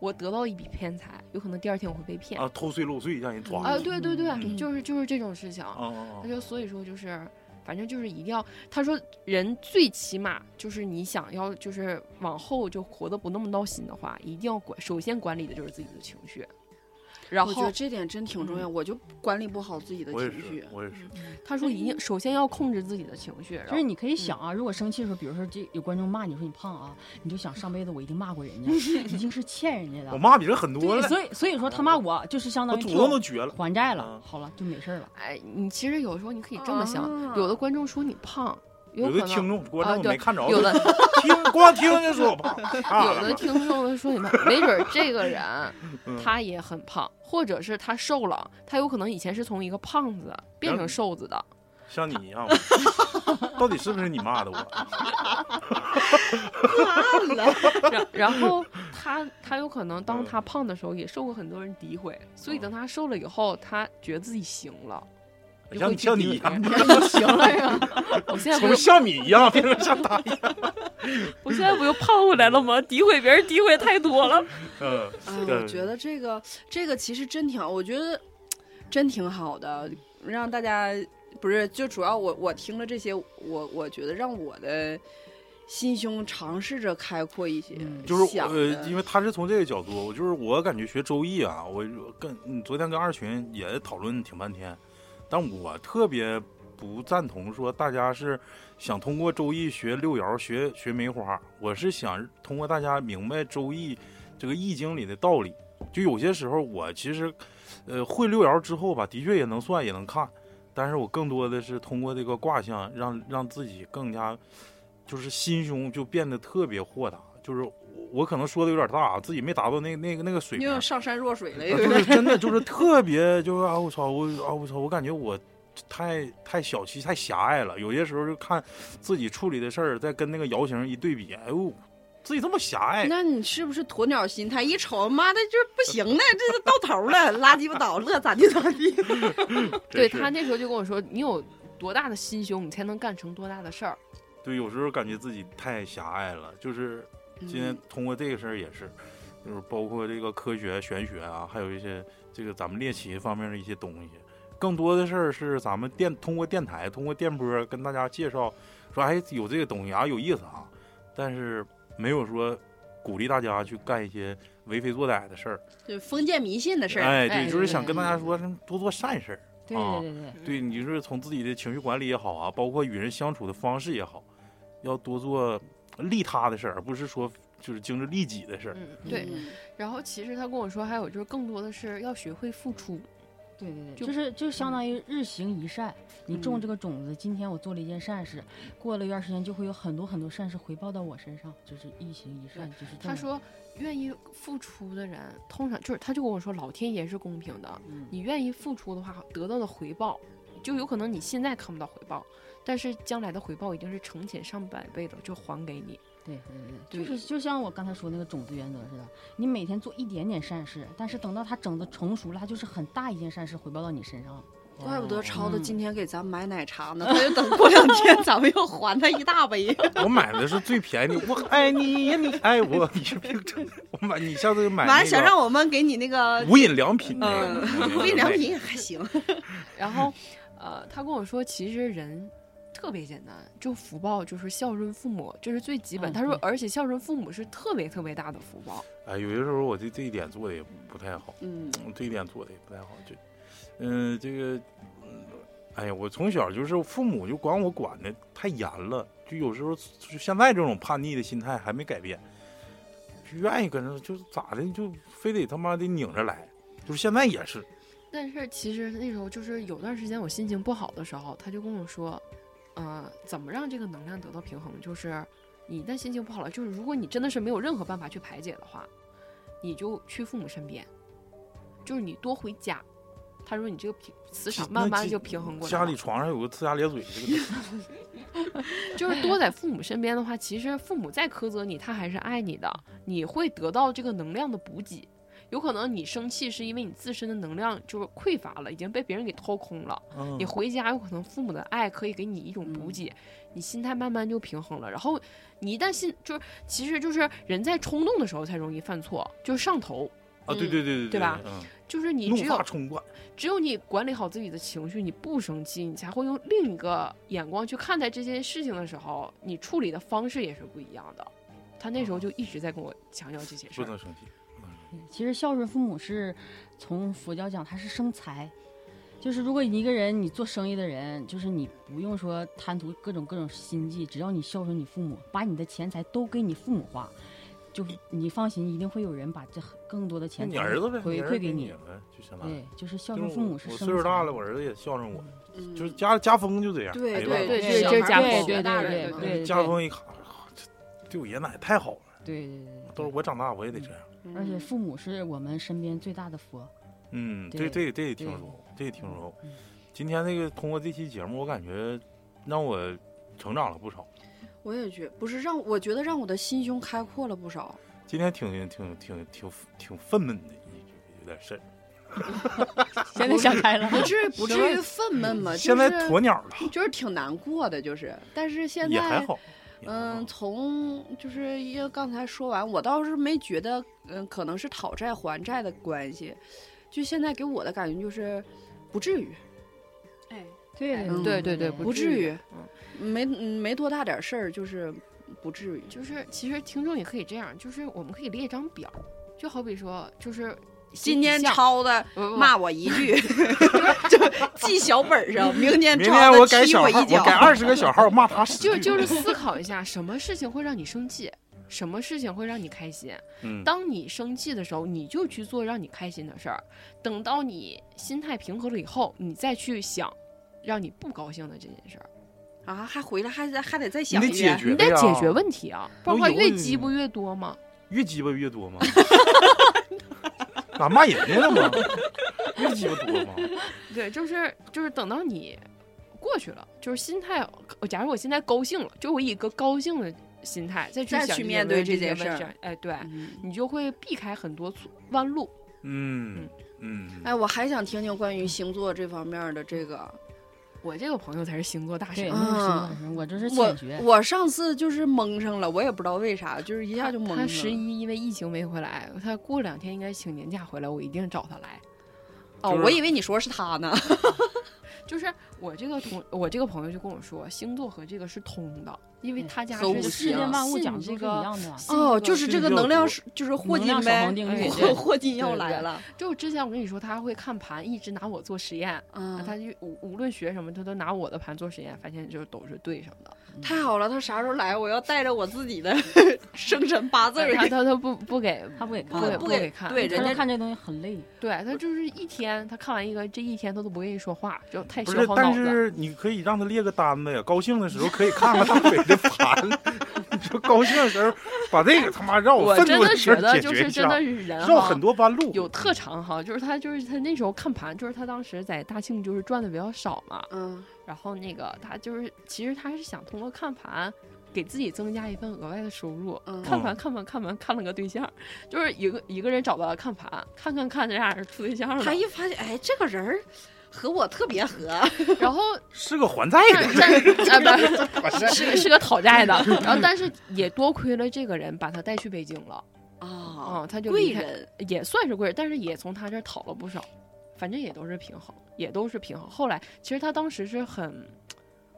我得到一笔偏财，有可能第二天我会被骗。
啊，偷税漏税让人抓
啊，
了。
对哎对对，
嗯
就是就是这种事情。
啊啊
他就所以说就是，反正就是一定要，他说人最起码就是你想要就是往后就活得不那么闹心的话，一定要管，首先管理的就是自己的情绪。然
我觉
后
得这点真挺重要，我就管理不好自己的
我也
情绪啊
是，。我也是。
他说一定首先要控制自己的情绪，然
就是
后
你可以想啊，如果生气的时候，比如说这有观众骂你说你胖啊，你就想上辈子我一定骂过人家，已经是欠人家
我
的。
骂别人很多
对，
了，
所以所以说他骂我就是相
我
当于
祖
替
宗都
我
绝了。
还债了
嗯，
好了就没事儿了。
哎，你其实有时候你可以这么想，
啊
有的观众说你胖，有
有
可
的
能
听众观
啊
众
对
没看着，
有的
听光听就说我胖，啊
有的听众说你胖，没准儿这个人
嗯
他也很胖，或者是他瘦了，他有可能以前是从一个胖子变成瘦子的。
像你一样，到底是不是你骂的我？
然然后他他有可能当
嗯
他胖的时候也受过很多人诋毁，所以等他瘦了以后，他觉得自己行了，就
像
会
你
去
像你
诋
一
毁
样，
别人。 你行了呀！我现在 不
从
是
像你一样变成像他一样。
我现在不就胖回来了吗？诋毁别人诋毁太多了。
嗯，
啊，
对
我觉得这个这个其实真挺，我觉得真挺好的，让大家不是就主要我我听了这些，我我觉得让我的心胸尝试着开阔一些，
嗯
就是
想
我
的
呃，因为他是从这个角度，我就是我感觉学周易啊，我跟嗯昨天跟二群也讨论挺半天，但我特别不赞同说大家是想通过周易学六爻、学学梅花，我是想通过大家明白周易这个易经里的道理。就有些时候我其实，呃，会六爻之后吧，的确也能算也能看，但是我更多的是通过这个卦象让让自己更加就是心胸就变得特别豁达，就是我我可能说的有点大，啊自己没达到那那个那个水平
又，上善若水 了，
啊
又
就是真的就是特别就是啊我操我啊我操我感觉我太太小气太狭隘了，有些时候就看自己处理的事儿，再跟那个姚型一对比，哎呦，自己这么狭隘，
那你是不是鸵鸟心态？一瞅，妈的，就是不行了，这都到头了，拉鸡巴倒，乐咋地咋地。
真是
对他那时候就跟我说，你有多大的心胸，你才能干成多大的事儿。
对有时候感觉自己太狭隘了，就是
嗯
今天通过这个事儿也是，就是包括这个科学、玄学啊，还有一些这个咱们猎奇方面的一些东西。更多的事儿是咱们电通过电台、通过电波跟大家介绍，说哎有这个东西啊有意思啊，但是没有说鼓励大家去干一些为非作歹的事儿。
就封建迷信的事儿，嗯
哎，
哎
对，就是想
对
跟大家说多做善事儿。
对
啊
对对对，
对，你是从自己的情绪管理也好啊，包括与人相处的方式也好，要多做利他的事儿，而不是说就是精致利己的事儿。
嗯，对。
嗯
然后其实他跟我说，还有就是更多的是要学会付出。
对对对，
就
就是就相当于日行一善，你种
嗯
这个种子，今天我做了一件善事，过了一段时间就会有很多很多善事回报到我身上，就是一行一善，就是这
他
么，
说，愿意付出的人，通常就是他就跟我说，老天爷是公平的，
嗯，
你愿意付出的话，得到的回报，就有可能你现在看不到回报，但是将来的回报一定是成千上百倍的，就还给你。
对对
对
对，就是就像我刚才说那个种子原则似的，你每天做一点点善事，但是等到它种子成熟了，它就是很大一件善事回报到你身上。
怪不得超子
嗯
今天给咱买奶茶呢， 他就等过两天咱们要还他一大杯。
我买的是最便宜，我爱你呀，你爱我，你是病症。我买，你下次就买
完
那
了想
个
让我们给你那个
无印良品那
嗯
个，那个
无印良品也还行，
然后，呃，他跟我说，其实人。特别简单，就福报就是孝顺父母，这是最基本。
嗯
他说
对，
而且孝顺父母是特别特别大的福报。
哎，有些时候我这这一点做的也不太好，
嗯，
我这一点做的也不太好。就，嗯、这个，嗯哎呀，我从小就是父母就管我管的太严了，就有时候就现在这种叛逆的心态还没改变，就愿意跟着就咋的就非得他妈的拧着来，就是现在也是，
但是其实那时候就是有段时间我心情不好的时候，他就跟我说，呃，怎么让这个能量得到平衡？就是你一旦心情不好了，就是如果你真的是没有任何办法去排解的话，你就去父母身边，就是你多回家。他说你这个平磁场慢慢就平衡过来
家
了。
里床上有个呲牙咧嘴这个东西。
就是多在父母身边的话，其实父母再苛责你，他还是爱你的，你会得到这个能量的补给。有可能你生气是因为你自身的能量就是匮乏了，已经被别人给掏空了。
嗯
你回家有可能父母的爱可以给你一种补
嗯
给，你心态慢慢就平衡了。然后你一旦心就是，其实就是人在冲动的时候才容易犯错，就是上头，
啊，对对对对
对吧？
嗯
就是你
怒
只有
发冲冠，
只有你管理好自己的情绪，你不生气，你才会用另一个眼光去看待这件事情的时候，你处理的方式也是不一样的。他那时候就一直在跟我强调这些事
不
儿，
能生气。
其实孝顺父母是从佛教讲，它是生财。就是如果你一个人，你做生意的人，就是你不用说贪图各种各种心计，只要你孝顺你父母，把你的钱财都给你父母花，就是你放心，一定会有人把这更多的
那
钱
你儿子呗，
回
你儿
馈
子
给
你
你
呗，就相当于。
对，就是孝
就是我
顺父母是
我
生
岁数大
财
了，我儿子也孝顺我，
嗯
就是家家风就这样，哎
对
没办法
对
对
小
这是
孩
家
儿
风
学大
对
人
对
嘛
对
家风一卡，啊这对我爷爷奶奶太好了，
对对对
都是我长大我也得这样。
嗯
而且父母是我们身边最大的佛，
嗯，这
对
这这也听
对
说过，这也听说过
嗯。
今天那个通过这期节目，我感觉让我成长了不少。
我也觉不是让我觉得让我的心胸开阔了不少。
今天挺挺挺挺挺愤懑的，一有点事儿。
现在想开了，
不至于不至于愤懑吧？
现在鸵鸟了，
呃就是挺难过的，就是，但是现
也还
在，
好。也还好
嗯，从就是因为刚才说完，我倒是没觉得，嗯，可能是讨债还债的关系，就现在给我的感觉就是，不至于，
哎，
对
嗯
对对对
不至
至于
啊
于，嗯没没多大点事儿，就是不至于，
就是其实听众也可以这样，就是我们可以列一张表，就好比说就是
今天
几项
抄的
不不不
骂我一 句，就记小本上，明天
明
抄
天
的
我改
踢
小号，
一脚
我。改二十个小号，骂他十
就
句
就是思考一下，什么事情会让你生气，什么事情会让你开心。
嗯，
当你生气的时候，你就去做让你开心的事儿。等到你心态平和了以后，你再去想让你不高兴的这件事儿，
啊，还回来还得还得再
你
想
得
一
解
遍。
决
你
呗
得
呀，
解决问题啊，不然的话
有
越
有
积不越多嘛。
越鸡巴越 多吗？咋骂人家了吗？ 越鸡巴多吗？
对，就是就是等到你过去了，就是心态，我假如我现在高兴了，就我以一个高兴的心态再去
再
想
去
这些
面
问
对
这
这件
些问
事儿
儿，哎，对。
嗯
你就会避开很多错弯路，
嗯嗯，
啊
哎，我还想听听关于星座这方面的这个。
我这个朋友才是星座大
对，
神啊
那，是什么我这是
我
浅学，
我上次就是蒙上了，我也不知道为啥，就是一下就蒙
他十
上了。
一因为疫情没回来，他过两天应该请年假回来，我一定找他来。
哦，
就是
我以为你说是他呢。
就是我这个同我这个朋友就跟我说，星座和这个是通的，因为
对
他家
和
是
五
信
世间
行
万物讲究
这
是一
个。
样的，
信
哦，
这个
就是这个能量是就是霍金
能量守
呗
恒，定
哎
律，
霍
对
霍金要
对对啊
来了。
就之前我跟你说，他会看盘，一直拿我做实验，
嗯，
他就无无论学什么，他都拿我的盘做实验，发现就是都是对上的。
太好了，他啥时候来？我要带着我自己 的生辰八字儿
哎他。他他不不给
他不给
不
看，
给
不
给
给
看，
对
他
人
说
家
看这东西很累，
对他就是一天，他看完一个，这一天他都不愿意说话，就太
不
消
是，
耗脑
但
子了。
是你可以让他列个单子呀，高兴的时候可以看看大伟的盘。 你说高兴的时候把这个他妈让
我
愤
真
怒
的
的事
觉
儿
得
解
就
决
是
一
真的
下，
是人
绕
哈
很多弯路。
有特长哈，就是他就是他那时候看盘，就是他当时在大庆就是赚的比较少嘛，
嗯，
然后那个他就是其实他是想通过看盘。给自己增加一份额外的收入，
嗯
看盘看盘看盘看了个对象，就是一个一个人找到了看盘，看看看这俩人处对象了
他，一发现，哎，这个人儿和我特别合，
然后
是个还债
但
的，
但啊不是
我是
是个是个讨债 的，然后但是也多亏了这个人把他带去北京了，
啊，
嗯，他就
贵
离开
人，
也算是贵人，但是也从他这儿讨了不少，反正也都是平衡，也都是平衡。后来其实他当时是很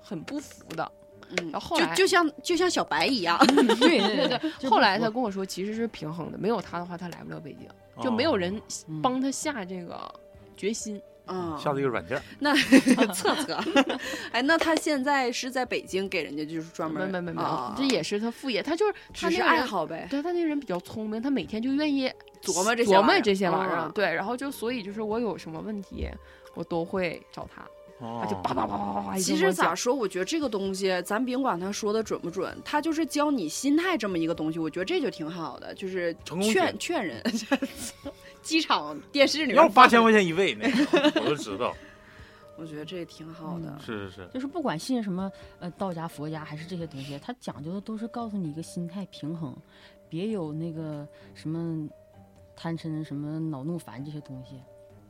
很不服的，
嗯，
然后后
就
来
就像就像小白一 样，
对对对对
后来他跟我说其实是平衡的，没有他的话他来不了北京， 就没有人
嗯
帮他下这个决心。
嗯，
下这个软件儿。
那 测测，哎，那他现在是在北京给人家就是专
没
门
没没没有
啊，
这也是他副业，他就是他
只
那
是
个
爱
人。
好呗，
对他那个人比较聪明，他每天就愿意
琢磨这些
琢
玩意
磨
儿
这些玩意儿，
嗯
对，然后就所以就是我有什么问题，我都会找他，
哦
他就叭叭叭叭叭叭一直
其
跟我
实
讲。
咋说，我觉得这个东西，咱甭管他说的准不准，他就是教你心态这么一个东西，我觉得这就挺好的，就是
成功学
劝劝人。 机场电视里面
要八
放
千，块钱一位呢， 我就知道。
我觉得这挺好的。
是是是，
就是不管信什么呃道家、佛家还是这些东西，他讲究的都是告诉你一个心态平衡，别有那个什么贪嗔什么恼怒烦这些东西，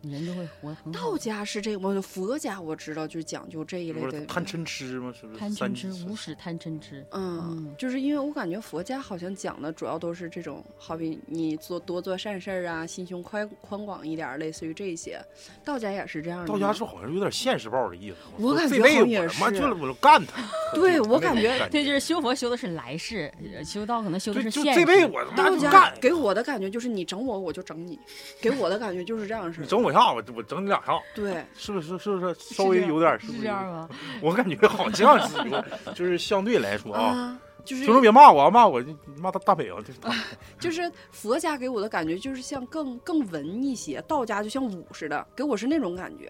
人就会活得很好
道。家是这个，我佛家我知道就讲究这一类
不
的
是贪嗔痴吗？是不是？
贪嗔
三
痴，无始贪嗔痴。
嗯，就是因为我感觉佛家好像讲的主要都是这种，好比你做多做善事儿啊，心胸宽宽广一点儿，类似于这些。道家也是这样的吗。
道家是好像有点现实报的意思。
我
说
感
这
觉
类
好像也
我他妈
是
就是我就干他。
对
就
我
那种
感觉
对，就是修佛修的是来世，呃修道可能修的
就是就
现
这辈
世
子。我他妈
道
就
家
干
给我的感觉就是你整我，我就整你；给我的感觉就是这样式
你
儿。
整我一下，我我整你两下，
对，
是不是？是不是
是
稍微
这样
有点儿？是不
是
是
这样吗？
我感觉好像是有，就是相对来说啊，
啊，就是
听众别骂我啊，骂我就骂大大北啊，就是大
就是佛家给我的感觉就是像更更文一些，道家就像武似的，给我是那种感觉。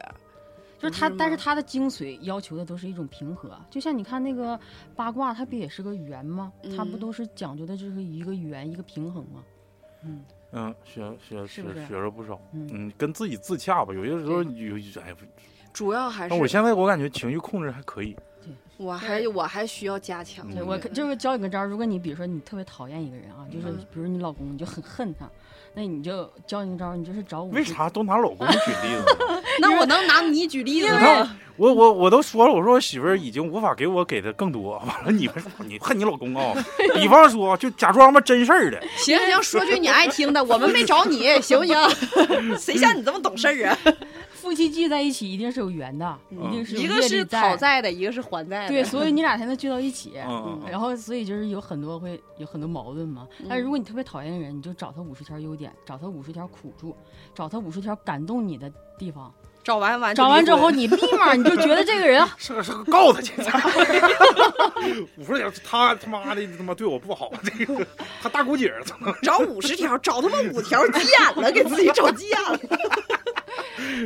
就是他，
不是
但是
吗
他的精髓要求的都是一种平和。啊就像你看那个八卦，它不也是个圆吗？它不
嗯
都是讲究的就是一个圆一个平衡吗？嗯，
嗯，学学
是
学
不是
学着不少，
嗯
嗯，跟自己自洽吧。有些时候有，哎，
主要还是
但我现在我感觉情绪控制还可以，
我还我还需要加强。
嗯
对我可就是教你个招儿，如果你比如说你特别讨厌一个人啊，就是
嗯
比如你老公，你就很恨他，那你就教你个招儿，你就是找五
为
十
啥都拿老公举例子呢？
那我能拿你举例子
你
吗？
看我我我都说了，我说我媳妇儿已经无法给我给的更多，完了你们你恨你老公啊？比方说，就假装吧真事儿的，
行行，说句你爱听的，我们没找你，行不行？谁像你这么懂事儿啊？
夫妻聚在一起一定是有缘的， 一
嗯
定是有
一
业
个
力
是讨债的，一个是还债的。
对，所以你俩才能聚到一起。
嗯，嗯
然后，所以就是有很多会有很多矛盾嘛。但是如果你特别讨厌一个人，你就找他五十条优点，找他五十条苦处，找他五十条感动你的地方。
找完完就
找完之后，
离
你立马你就觉得这个人
是个是个告他去，我说呀他他妈的他妈对我不好，啊这个他大姑姐儿，操
婚找五十条，找他妈五条急眼了，给自己找急眼了。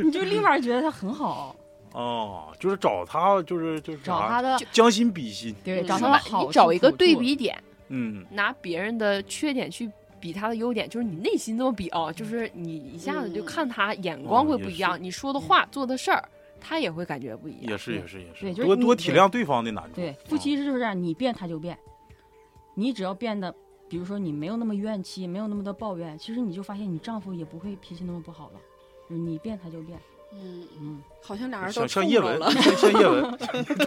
你就立马觉得他很好，
哦，就是找他就是就是
找
啥
他的
将心比心，
对，
嗯
找
说
他的
白
好
你找一个
处
对
处
比点，
嗯，
拿别人的缺点去比他的优点，就是你内心这么比啊，就是你一下子就
嗯
看他眼光会不一
哦也
样，你说的话、做的事儿，他也会感觉不一样。
也是也是也
对
是，
就是
多
你
多体谅对方的难处，啊
对，夫妻是就是这样，你变他就变，你只要变得，比如说你没有那么怨气，没有那么多抱怨，其实你就发现你丈夫也不会脾气那么不好了。就是你变他就变，
嗯，
嗯，
好像俩人都
像像
冲
叶
着
文
了，。
像像叶 文，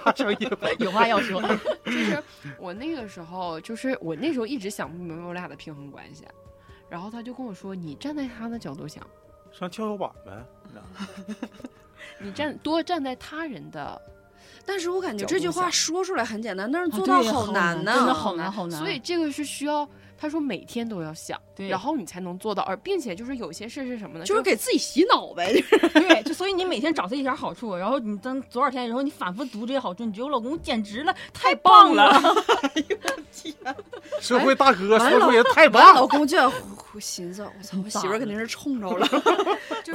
他像叶文，
有话要说。
就是 我那个时候，就是我那时候一直想不明白我俩的平衡关系，然后他就跟我说：“你站在他的角度想，
像跷跷板呗，
你站多站在他人的，
但是我感觉
角
这
度
句话
想
说出来很简单，但是
啊
做
对
到
呀
好难啊呐，
真的好难好难。
所以这个是需要。”他说每天都要想，
嗯啊对，
然后你才能做到。而并且就是有些事是什么呢？
就是给自己洗脑呗。就是
对，就所以你每天找他一点好处，然后你等多少天以后，你反复读这些好处，你觉得我老公简直了，太棒了。
社会大哥
完
说
了
出也太
完了，
棒
老
了，
公就要我寻思，我操，我媳妇儿肯定是冲着 了，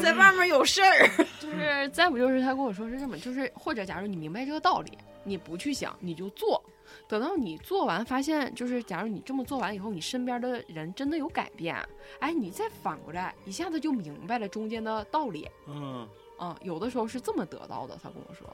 在外面有事儿。
就是再不就是他跟我说是这么，就是或者假如你明白这个道理，你不去想，你就做。等到你做完，发现就是，假如你这么做完以后，你身边的人真的有改变，哎，你再反过来，一下子就明白了中间的道理
嗯。
啊、有的时候是这么得到的，他跟我说，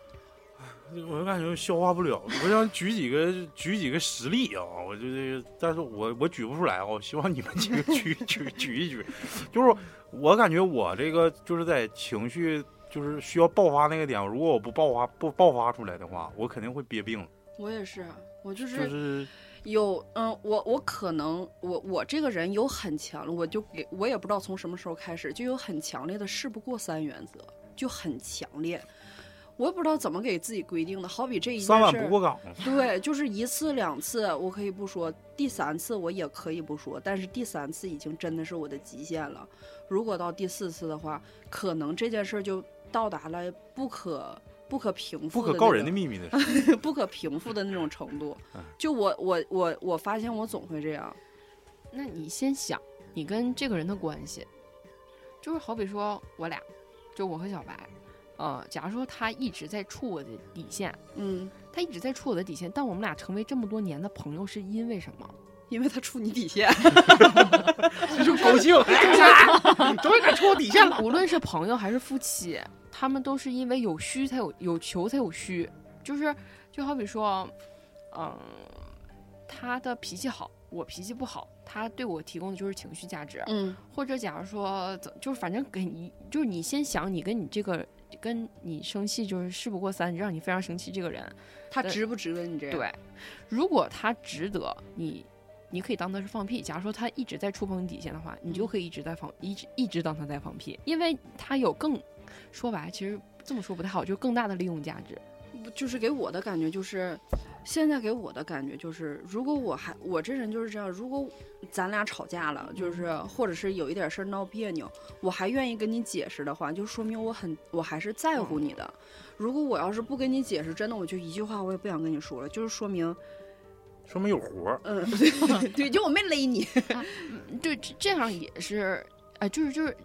我就感觉消化不了，我想举几个举几个实例啊，我就是，但是我我举不出来啊，我希望你们几个 举举举一举，就是我感觉我这个就是在情绪就是需要爆发那个点，如果我不爆发不爆发出来的话，我肯定会憋病了，
我也是，我就
就是是
有，嗯，我我可能我我这个人有很强，我就给我也不知道从什么时候开始就有很强烈的事不过三原则，就很强烈。我也不知道怎么给自己规定的，好比这一件事
三碗
儿
不过岗，
对，就是一次两次我可以不说，第三次我也可以不说，但是第三次已经真的是我的极限了。如果到第四次的话，可能这件事儿就到达了不可不可平复
不可
的那个、
告人的秘 密的事，
不可平复的那种程度
嗯。
就我我我我发现我总会这样，
那你先想你跟这个人的关系，就是好比说我俩，就我和小白，呃，假如说他一直在触我的底线，
嗯，
他一直在触我的底线，但我们俩成为这么多年的朋友是因为什么？
因为他触你底线，
就高兴，哎终于敢戳我底线了。
无论是朋友还是夫妻，他们都是因为有需才有有求才有需，就是就好比说，嗯，他的脾气好，我脾气不好，他对我提供的就是情绪价值，
嗯
或者假如说怎就是反正给你就是你先想你跟你这个跟你生气就是事不过三，让你非常生气这个人，
他
对
值不值得你这样？
对，如果他值得你，你可以当他是放屁。假如说他一直在触碰你底线的话，你就
嗯
可以一直在放，一直一直当他在放屁，因为他有更说白，其实这么说不太好，就更大的利用价值。
不就是给我的感觉就是，现在给我的感觉就是，如果我还我这人就是这样，如果咱俩吵架了，就是或者是有一点事儿闹别扭，我还愿意跟你解释的话，就说明我很我还是在乎你的。如果我要是不跟你解释，真的我就一句话我也不想跟你说了，就是说明，
说明有活儿，
嗯，对对，就我没勒你，
嗯对，这这样也是，哎、就是就是。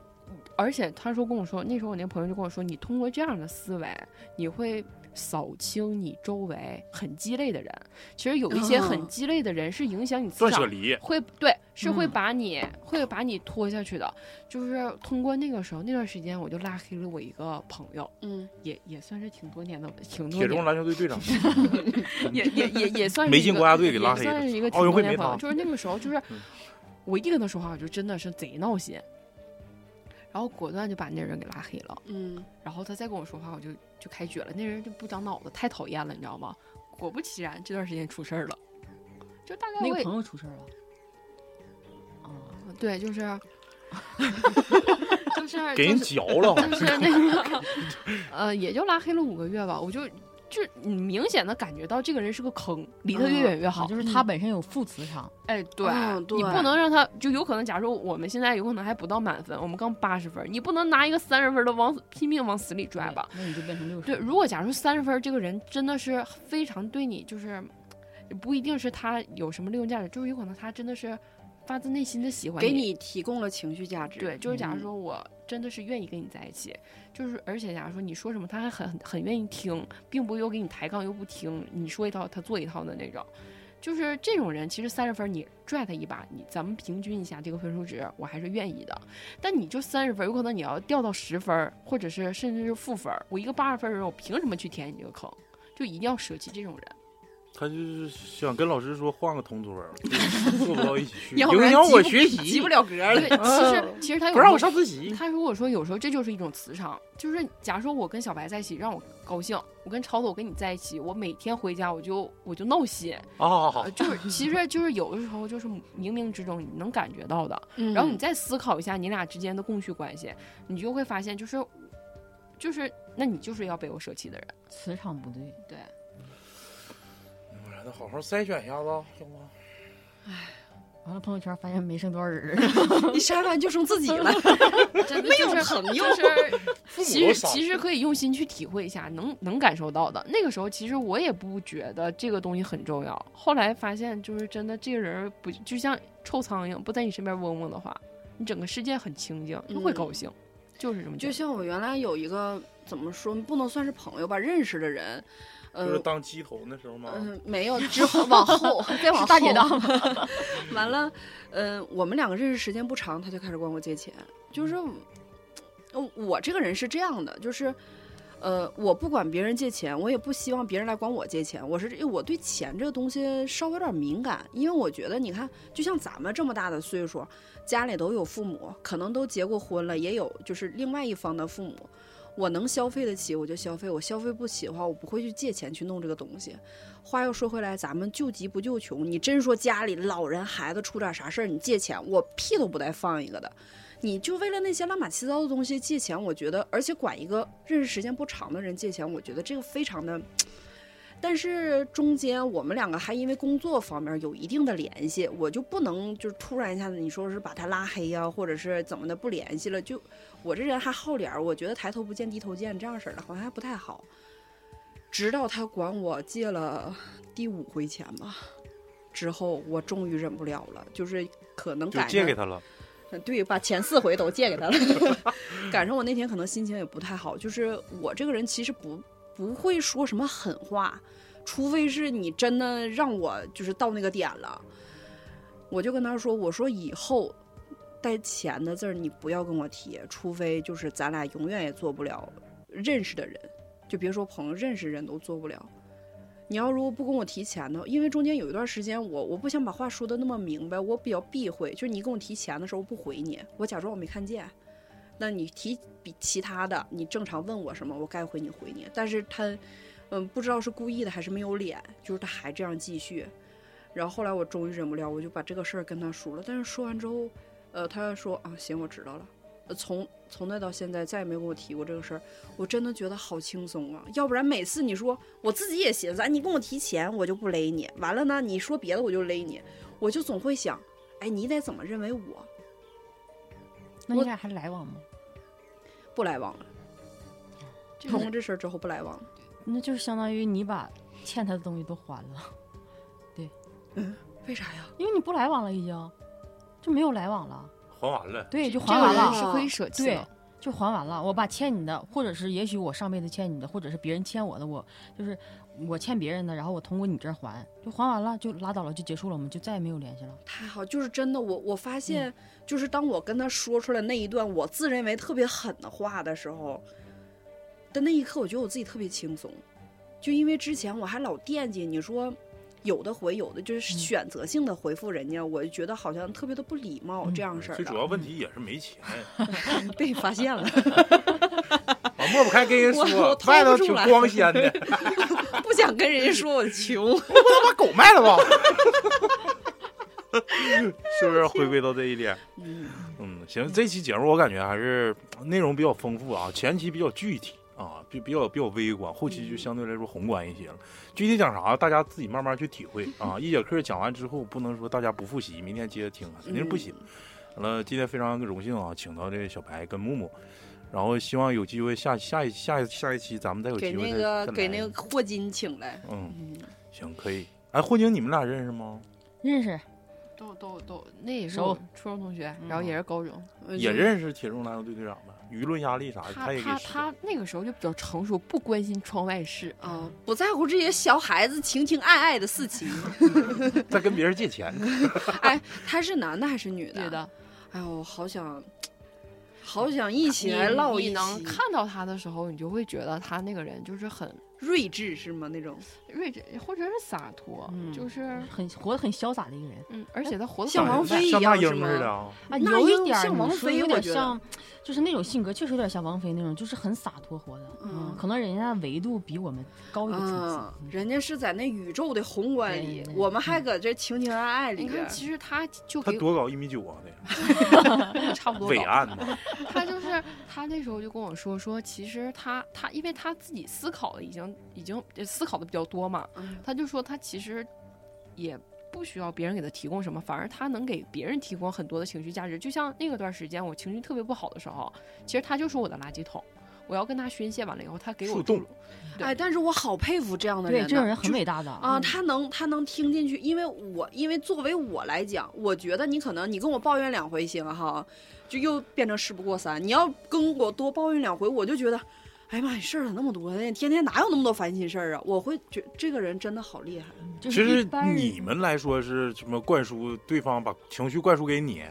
而且他说跟我说，那时候我那朋友就跟我说，你通过这样的思维，你会扫清你周围很鸡肋的人。其实有一些很
嗯
鸡肋的人是影响你磁
断
场
舍离。
会对，是会
嗯
把你、会把你拖下去的。就是通过那个时候那段时间，我就拉黑了我一个朋友，
嗯，
也也算是挺多年的，挺多
铁中
年，
篮球队队长，
也也也 也算是
没
一
进
个
国家队
也
给拉黑
也算
的
是一个
奥运
挺多
会
年
没
朋友。
他
就是那个时候，就是
嗯
我一跟他说话，我就真的是贼闹心，然后果断就把那人给拉黑了。
嗯，
然后他再跟我说话，我就就开撅了。那人就不长脑子，太讨厌了，你知道吗？果不其然，这段时间出事儿了，就大概
那
我
个
也
朋友出事儿了。啊，
对，就是 就是
给人
就是
嚼了，好像
就是那个，呃，也就拉黑了五个月吧。我就就你明显的感觉到这个人是个坑，离他越远越好。
好，嗯就是他本身有负磁场，
哎，对，
嗯对
你不能让他就有可能，假如我们现在有可能还不到满分，我们刚八十分，你不能拿一个三十分的往拼命往死里拽吧？
对？那你就变成六十。
对，如果假如三十分，这个人真的是非常对你，就是不一定是他有什么利用价值，就是有可能他真的是发自内心的喜欢
给你提供了情绪价值，
对，就是假
嗯
如说我真的是愿意跟你在一起，就是而且假如说你说什么，他还很很愿意听，并不又给你抬杠又不听，你说一套他做一套的那种。就是这种人，其实三十分你拽他一把，你咱们平均一下这个分数值，我还是愿意的。但你就三十分，有可能你要掉到十分儿，或者是甚至是负分儿。我一个八十分的人，我凭什么去填你这个坑？就一定要舍弃这种人。
他就是想跟老师说换个同桌 儿，坐不到一起去，
要不然
影响我
急不
学
及
习
不，了格了
对，，其实其实他有
不让
时
我
候
上自
嗯
习。
他如果说有时候这就是一种磁场，就是假如说我跟小白在一起让我高兴，我跟超子我跟你在一起，我每天回家我就我就闹心，
嗯
好好好
呃，，就是 其实就是有的时候就是冥冥之中你能感觉到的，
嗯
然后你再思考一下你俩之间的供需关系，你就会发现就是就是那你就是要被我舍弃的人，
磁场不对，
对，
那好好筛选一下子，行吗？
完了朋友圈发现没剩多少人 儿，
你删完就剩自己 了，
真的
没
就
有
是
朋友
就是
父母
其
都
实
傻
其实可以用心去体会一下，能能感受到的。那个时候其实我也不觉得这个东西很重要，后来发现就是真的，这个人儿不就像臭苍蝇不在你身边嗡嗡的话，你整个世界很清静，就会
嗯
高兴，就是这么
就
简单。
像我原来有一个怎么说，不能算是朋友吧，认识的人，
就是
呃，
当鸡头那时候嘛，
嗯、没有，之后往 后再往后，
大姐大
完了，呃，我们两个认识时间不长，他就开始管我借钱，就是，
嗯
呃我这个人是这样的，就是。呃，我不管别人借钱，我也不希望别人来管我借钱。我是我对钱这个东西稍微有点敏感，因为我觉得你看，就像咱们这么大的岁数，家里都有父母，可能都结过婚了，也有就是另外一方的父母。我能消费得起我就消费，我消费不起的话，我不会去借钱去弄这个东西。话又说回来，咱们救急不救穷，你真说家里老人孩子出点啥事儿，你借钱，我屁都不带放一个的。你就为了那些乱码七糟的东西借钱，我觉得，而且管一个认识时间不长的人借钱，我觉得这个非常的。但是中间我们两个还因为工作方面有一定的联系，我就不能就是突然一下子你说是把他拉黑呀、或者是怎么的不联系了，就我这人还好脸儿，我觉得抬头不见低头见这样式儿的，好像还不太好。直到他管我借了第五回钱吧，之后我终于忍不了了，就是可能
就
赶
借
上
给他了。
对，把前四回都借给他了。 赶上我那天可能心情也不太好，就是我这个人其实不不会说什么狠话，除非是你真的让我就是到那个点了，我就跟他说，我说以后带钱的字儿你不要跟我提，除非就是咱俩永远也做不了认识的人，就别说朋友，认识人都做不了。你要如果不跟我提前的，因为中间有一段时间我我不想把话说的那么明白，我比较避讳，就是你跟我提钱的时候我不回你，我假装我没看见。那你提比其他的，你正常问我什么，我该回你回你。但是他，嗯，不知道是故意的还是没有脸，就是他还这样继续。然后后来我终于忍不了，我就把这个事儿跟他说了。但是说完之后，呃，他说啊，行，我知道了。呃从从那到现在，再也没跟我提过这个事儿。我真的觉得好轻松啊！要不然每次你说我自己也寻思，哎，你跟我提钱，我就不勒你。完了呢，你说别的我就勒你，我就总会想，哎，你得怎么认为我？
那
我
你俩还来往吗？
不来往了。
这
通
个
过这事儿之后不来往了。
那就是相当于你把欠他的东西都还了，
为啥呀？
因为你不来往了，已经就没有来往了。
还完了，
对，就还
这个
完
人
了，
是可以舍弃
对
的。，
就还完了。我把欠你的，或者是也许我上辈子欠你的，或者是别人欠我的，我就是我欠别人的，然后我通过你这儿还，就还完了，就拉倒了，就结束了，我们就再也没有联系了。
太好，就是真的，我我发现，就是当我跟他说出来那一段我自认为特别狠的话的时候，的那一刻，我觉得我自己特别轻松，就因为之前我还老惦记你说。有的回，有的就是
嗯
选择性的回复人家，我就觉得好像特别的不礼貌，
嗯
这样式儿啊嗯
最主
的
要问题也是没钱，
被发现 了，
啊，抹不开跟人
我我
说
掏不
外头
出
挺
来
光鲜的，
不想 跟人家说我穷。
那把狗卖了 吧，是不是回归到这一点？
嗯，
嗯，行，这期节目我感觉还是呃内容比较丰富啊，前期比较具体啊，比比较比较微观，后
嗯
期就相对来说宏观一些了。具体讲啥，大家自己慢慢去体 会啊。一节课讲完之后，不能说大家不复习，明天接着听，啊肯定是不行。
嗯
完了，今天非常荣幸啊，请到这小白跟木木，然后希望有机会下下一下一下一期咱们再有
给
机会
那
再
个
再
给
来
那个霍金请来，
嗯，
嗯，
行，可以。哎，霍金，你们俩认识吗？
认识，
都都都，那也是
熟
我初中同学，然后
嗯
也是高中。
我
也
呃就
认识铁中篮球队队长吧？舆论压力啥的，
他
啊也给
他
使
他那个时候就比较成熟，不关心窗外事。
啊、不在乎这些小孩子情情爱爱的事情。
在跟别人借钱。
他是男的还是 女的？
对的，
哎呦，我好想，好想一起来唠
你
一
你能
期
看到他的时候，你就会觉得他那个人就是很
睿智是吗？那种
睿智，或者是洒脱，
嗯
就是
很活得很潇洒的一个人
嗯，而且他活得
像
很
王
明白
菲一
像那
样
英
是吗
似的啊，
啊，
那
有
又
一点儿
像
你
王
说
菲
有
我
点
觉得
像，就是那种性格确实有点像王菲那种，就是很洒脱活的，
嗯
可能人家维度比我们高一个层
啊
次，嗯，
人家是在那宇宙的宏观里
对，对
我们还搁这情情爱爱里
你
边
看，。其实他就
他
给
多高？一米九啊，得
我差不 多
伟
高
岸 嘛。
他就是他那时候就跟我说说，其实他他因为他自己思考的已经已经呃思考的比较多嘛，
嗯
他就说他其实也不需要别人给他提供什么，反而他能给别人提供很多的情绪价值。就像那个段时间我情绪特别不好的时候，其实他就是我的垃圾桶。我要跟他宣泄完了以后，他给我
树洞
注入对
哎，但是我好佩服这样的
对，
呢
这种人很
就
伟大的
嗯
嗯
啊，他能他能听进去，因为我因为作为我来讲，我觉得你可能你跟我抱怨两回行哈，就又变成事不过三。你要跟我多抱怨两回，我就觉得，哎呀妈呀，事儿咋那么多呢？天天哪有那么多烦心事儿啊？我会觉这个人真的好厉害，
就
其
是一
实
般人
你们来说是什么灌输对方把情绪灌输给你，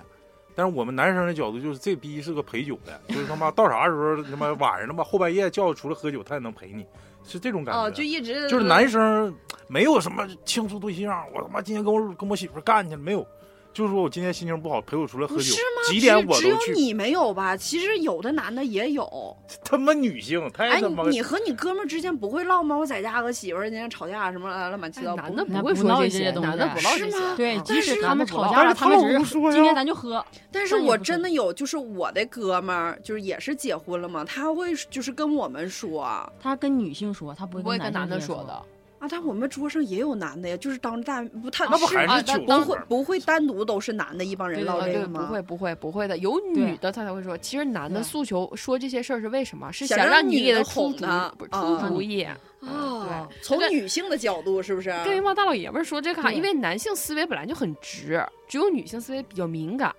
但是我们男生的角度就是这逼是个陪酒的，就是他妈到啥时候他妈晚上他妈后半夜叫出来喝酒他也能陪你，是这种感觉。
啊，就一直
就是男生没有什么倾诉对象，我他妈今天跟我跟我媳妇儿干去了没有？就是说我今天心情不好，陪我出来喝
不
酒
是吗？，
几点
只
我
只有
都去。
你没有吧？其实有的男的也有。
他妈女性
哎，
太他妈
你和你哥们儿之间不会唠吗？我在家和媳妇儿今天吵架什么乱乱七
哎
八糟，
男的
不
不会
不
说
闹这
这
些
些，
东
男
西
的不唠
是
这
吗
些。
对，
嗯
即使他们吵
但
架
是
了，
他
他们
老
只
不
是
说
今
呀
天咱就喝，
但是
那你
我
不
真
是
的有，就是我的哥们儿，就是也是结婚了嘛，他会就是跟我们说啊，
他跟女性说，他不
不
会
会跟
男
男的呃
说
说的，
但我们桌上也有男的呀，就是当着大不他
那不
是
还
啊
是
那
酒
不
吗
当
会不会单独都是哦男的一帮人
对
唠
呃
这
对，
个
不
吗？嗯
会不会不会的，有
对
女的她才会说。其实男的
对
诉求说这些事儿是为什么？是
想
想
让
让你
女
给
的
他出
哄
主
她
不
啊
出主意。
啊
对，
从
这个
女性的角度是不啊是？
跟一帮大老爷们儿说这干啥？
对
因为男性思维本来就很直，只有女性思维比较敏感，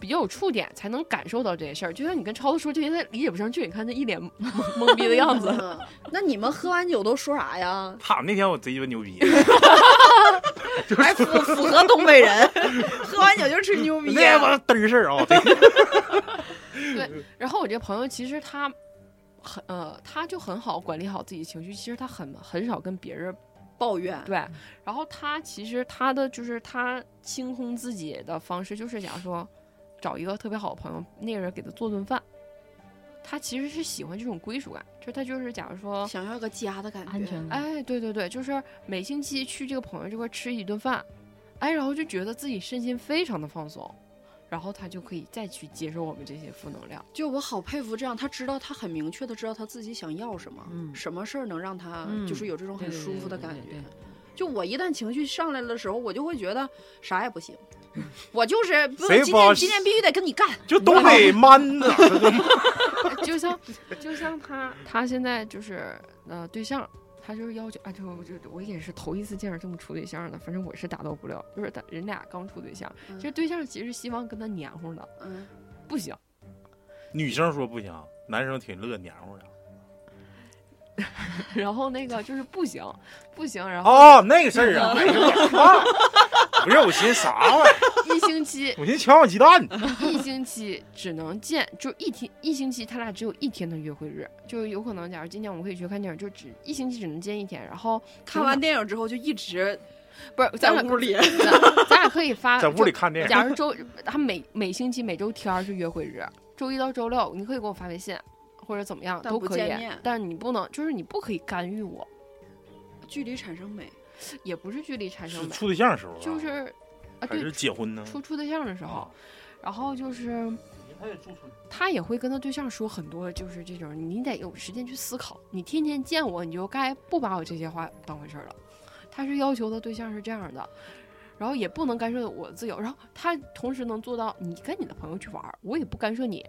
比较有触点，才能感受到这些事儿。就像你跟超子说这些，他理解不上去。你看他一脸懵 逼的样子，
嗯那你们喝完酒都说啥呀？
他那天我贼鸡巴牛 逼，
还符符合东北人， 喝完酒就吹牛逼
那
啊。
帮嘚儿事儿啊，贼
然后我这朋友其实他很呃，他就很好管理好自己情绪，其实他很很少跟别人
抱怨，
对，然后他其实他的就是他清空自己的方式，就是假如说找一个特别好的朋友，那个人给他做顿饭，他其实是喜欢这种归属感，就是他就是假如说，
想要个家的感觉，
安全感。
哎，对对对，就是每星期去这个朋友这块吃一顿饭，哎，然后就觉得自己身心非常的放松，然后他就可以再去接受我们这些负能量。
就我好佩服这样，他知道他很明确的知道他自己想要什么，
嗯
什么事儿能让他
嗯
就是有这种很
对对
舒
对
服的
对
感
对
觉
对。
就我一旦情绪上来的时候，我就会觉得啥也不行， 我就是不
谁
今
不好
天今天必须得跟你干。
就都得闷着。
就像就像他他现在就是呃对象，他就是要求啊，就我就我也是头一次见着这么处对象的，反正我是打斗不了。就是他人俩刚处对象，
嗯
其实对象其实希望跟他黏糊的，
嗯，
不行，
女生说不行，男生挺乐黏糊的。
然后那个就是不行，不行，然后
哦，那个事儿啊，哎呦我操！不是我寻思啥玩意儿，
一星期
我寻思抢我鸡蛋。
一星期只能见，就一天一星期，他俩只有一天的约会日，就是有可能，假如今天我们可以去看电影，就只一星期只能见一天，然后
看完电影之后就一直
不是咱
在
俩
屋里，
咱咱俩可以发
在屋里
就
看电影，
假如周他每每星期每周天儿是约会日，周一到周六你可以给我发微信或者怎么样
但
都
不
可以
见面，
但是你不能就是你不可以干预我，
距离产生美。
也不是距离产生
是
美，
处对象的时候啊，
就是啊
还是
对
结婚呢？
处处对象的时候，
啊
然后就是他也会跟他对象说很多，就是这种你得有时间去思考，你天天见我你就该不把我这些话当回事儿了，他是要求他对象是这样的。然后也不能干涉我自由，然后他同时能做到，你跟你的朋友去玩儿，我也不干涉你。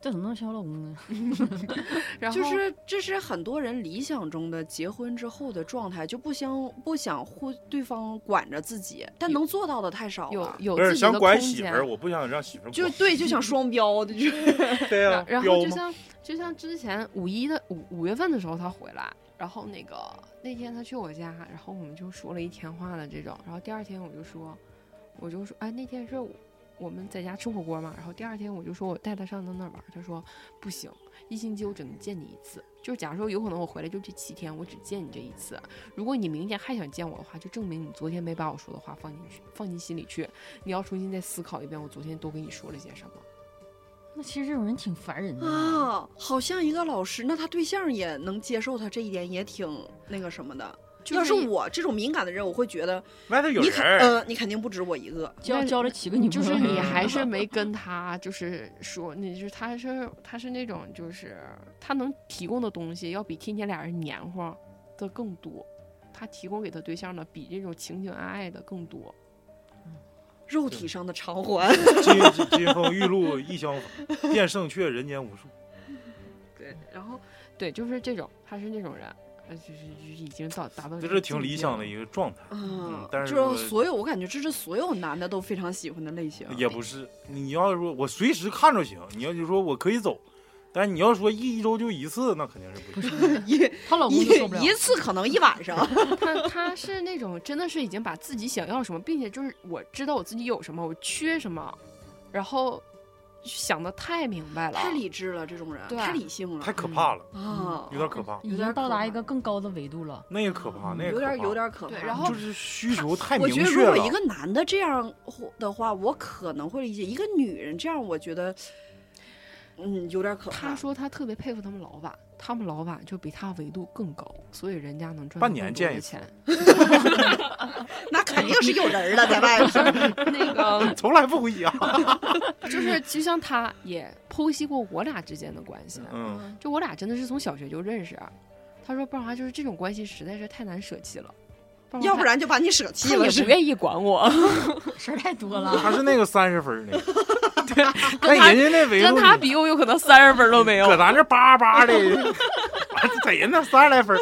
这怎么能像我老公呢？
然后
就是这是很多人理想中的结婚之后的状态，就不想不想互对方管着自己，但能做到的太少
有
了。
有
不是
自己的
想管
空
媳妇
间
儿，我不想让媳妇儿
就
管
对，就想双标的，就是
对呀
然，然
彪
后就
吗？
像就像之前五一的五五月份的时候他回来，然后那个那天他去我家，然后我们就说了一天话的这种，然后第二天我就说，我就说哎那天是我我们在家吃火锅嘛，然后第二天我就说我带他上他那儿玩儿，他说不行，一星期我只能见你一次。就是假如说有可能我回来就这七天，我只见你这一次。如果你明天还想见我的话，就证明你昨天没把我说的话放进去，放进心里去。你要重新再思考一遍，我昨天都跟你说了些什么。
那其实这种人挺烦人的。
啊，好像一个老师，那他对象也能接受他这一点，也挺那个什么的。
就
要是
一
我这种敏感的人，我会觉得
外头有
你肯
人，
呃，你肯定不止我一个。
交
但是
交了七个女
就
朋友，
是你
嗯
还是没跟他就是说，你就是他是他是那种就是他能提供的东西要比天天俩人黏糊的更多，他提供给他对象的比这种情情爱爱的更多。
肉体上的偿还，
金金风玉露一相逢，见胜却人间无数。
对，然后对，就是这种，他是那种人，呃，就是已经到达到
这
个
是挺
境
理
界
想
了
的一个状态，
嗯
但是
就是
我
所有，我感觉这是所有男的都非常喜欢的类型。
也不 是。你要是说我随时看着行，你要就说我可以走，但你要说一一周就一次，那肯定是不行。
一
她老公
一
就受不了。
一次可能一 晚上。
他他是那种真的是已经把自己想要什么，并且就是我知道我自己有什么，我缺什么，然后想的太明白了，
太理智了，这种人
对
太理性了
太可怕了，
啊，
有点可怕，
已经到达一个更高的维度 了。
那个可怕，那个
有点有
点，
点可怕。
对然后
就是需求太
我
明
觉得
确
如
了
果。一个男的这样的话，我可能会理解；一个女人这样，我觉得，嗯，有点可怕。
他说他特别佩服他们老板，他们老板就比他维度更高，所以人家能赚
半
到
年
更多
见
的
一次
钱。
那肯定是有人 了，在外边儿。
那个
从来不回家，
就是，就像他也剖析过我俩之间的关系，
嗯，
就我俩真的是从小学就认识。啊他说，不然就是这种关系实在是太难舍弃了，然
要不
他
然就把你舍弃
他
了，
也
是
不愿意管 我。
事儿太多了，
他是那个三十分儿那 个，对，那人家那维度
跟他比，我有可能三十分都没有
搁。咱这叭叭
哎
的，完在人那三十来分儿，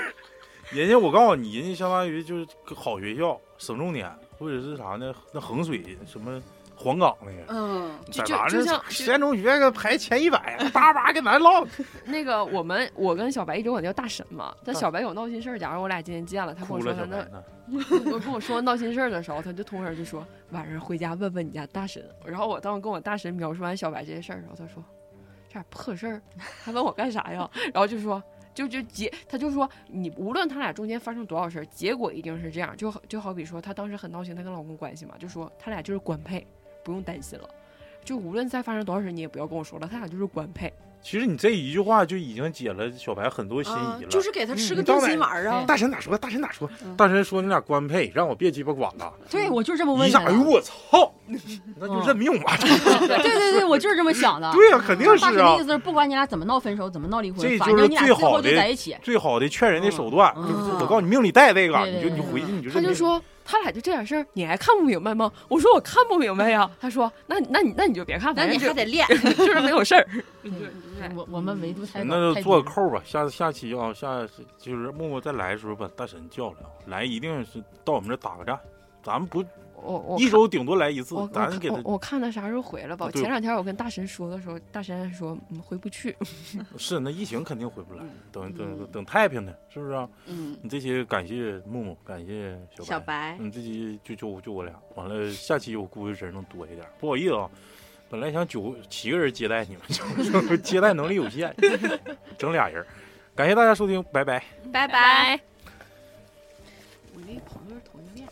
人家我告诉你，人家相当于就是好学校、省重点，或者是啥呢？那衡水什么黄冈那个，
嗯，
就
在
就
咱
就像
这实验中学个排前一百，啊叭叭跟咱 唠，
那个我们，我跟小白一直管他叫大婶嘛。但
大
小白有闹心事儿，假如我俩今天见了，他
嗯
跟
哭
我说
了
他
小
那
白呢。
我跟我说闹心事儿的时候，他就突然就说晚上回家问问你家大神。然后我当我跟我大神 描述完小白这些事儿的时候，他说这点破事儿还问我干啥呀？然后就说就就结，他就说你无论他俩中间发生多少事儿，结果一定是这样。就好就好比说，她当时很闹心，她跟老公关系嘛，就说他俩就是官配，不用担心了。就无论再发生多少事，你也不要跟我说了，他俩就是官配。
其实你这一句话就已经解了小白很多心
啊
疑了。
就是给他吃
嗯
个
你到
定
哪
心丸啊。
大神咋说？大神咋说
嗯？
大神说你俩官配，让我别鸡巴管了。
对我就这么问
一
你
下，哎呦
的，
我操，那就认命吧。
对对对，我就是这么想的。
对呀，肯定
嗯大
是
神的
啊
意。思是，不管你俩怎么闹分手，怎么闹离婚，
这
反
就是
正你俩
最
最
好
后就
的
在一起。
最好的劝人的手段，就是我告诉你，命里带这个，
对
你
对
就
对
你回去你就
他
认
就
命。
说他俩就这点事儿，你还看不明白吗？我说我看不明白呀。他说那那你那你就别看，
那
反
你还
正就
得练，
就是没有事儿。
嗯
我我们维度太
那就
太
做
低
个扣吧，下下期啊，下就是默默再来的时候把大神叫来，啊来一定是到我们这打个战，咱们不
我我
一周顶多来一次
我我，
咱
看
给他
我我看他啥时候回了吧
啊。对
前两天我跟大神说的时候，大神还说嗯回不去。
是那疫情肯定回不来
嗯，
等
嗯
等等太平呢，是不是啊？
嗯，
你这些感谢木木，感谢小
小
白，
白，
嗯，这期就就就我俩，完了下期我估计人能多一点，不好意思啊，本来想九七个人接待你们， 就就接待能力有限， 整俩人儿，感谢大家收听，拜拜。
拜拜。
我那朋友是同性恋。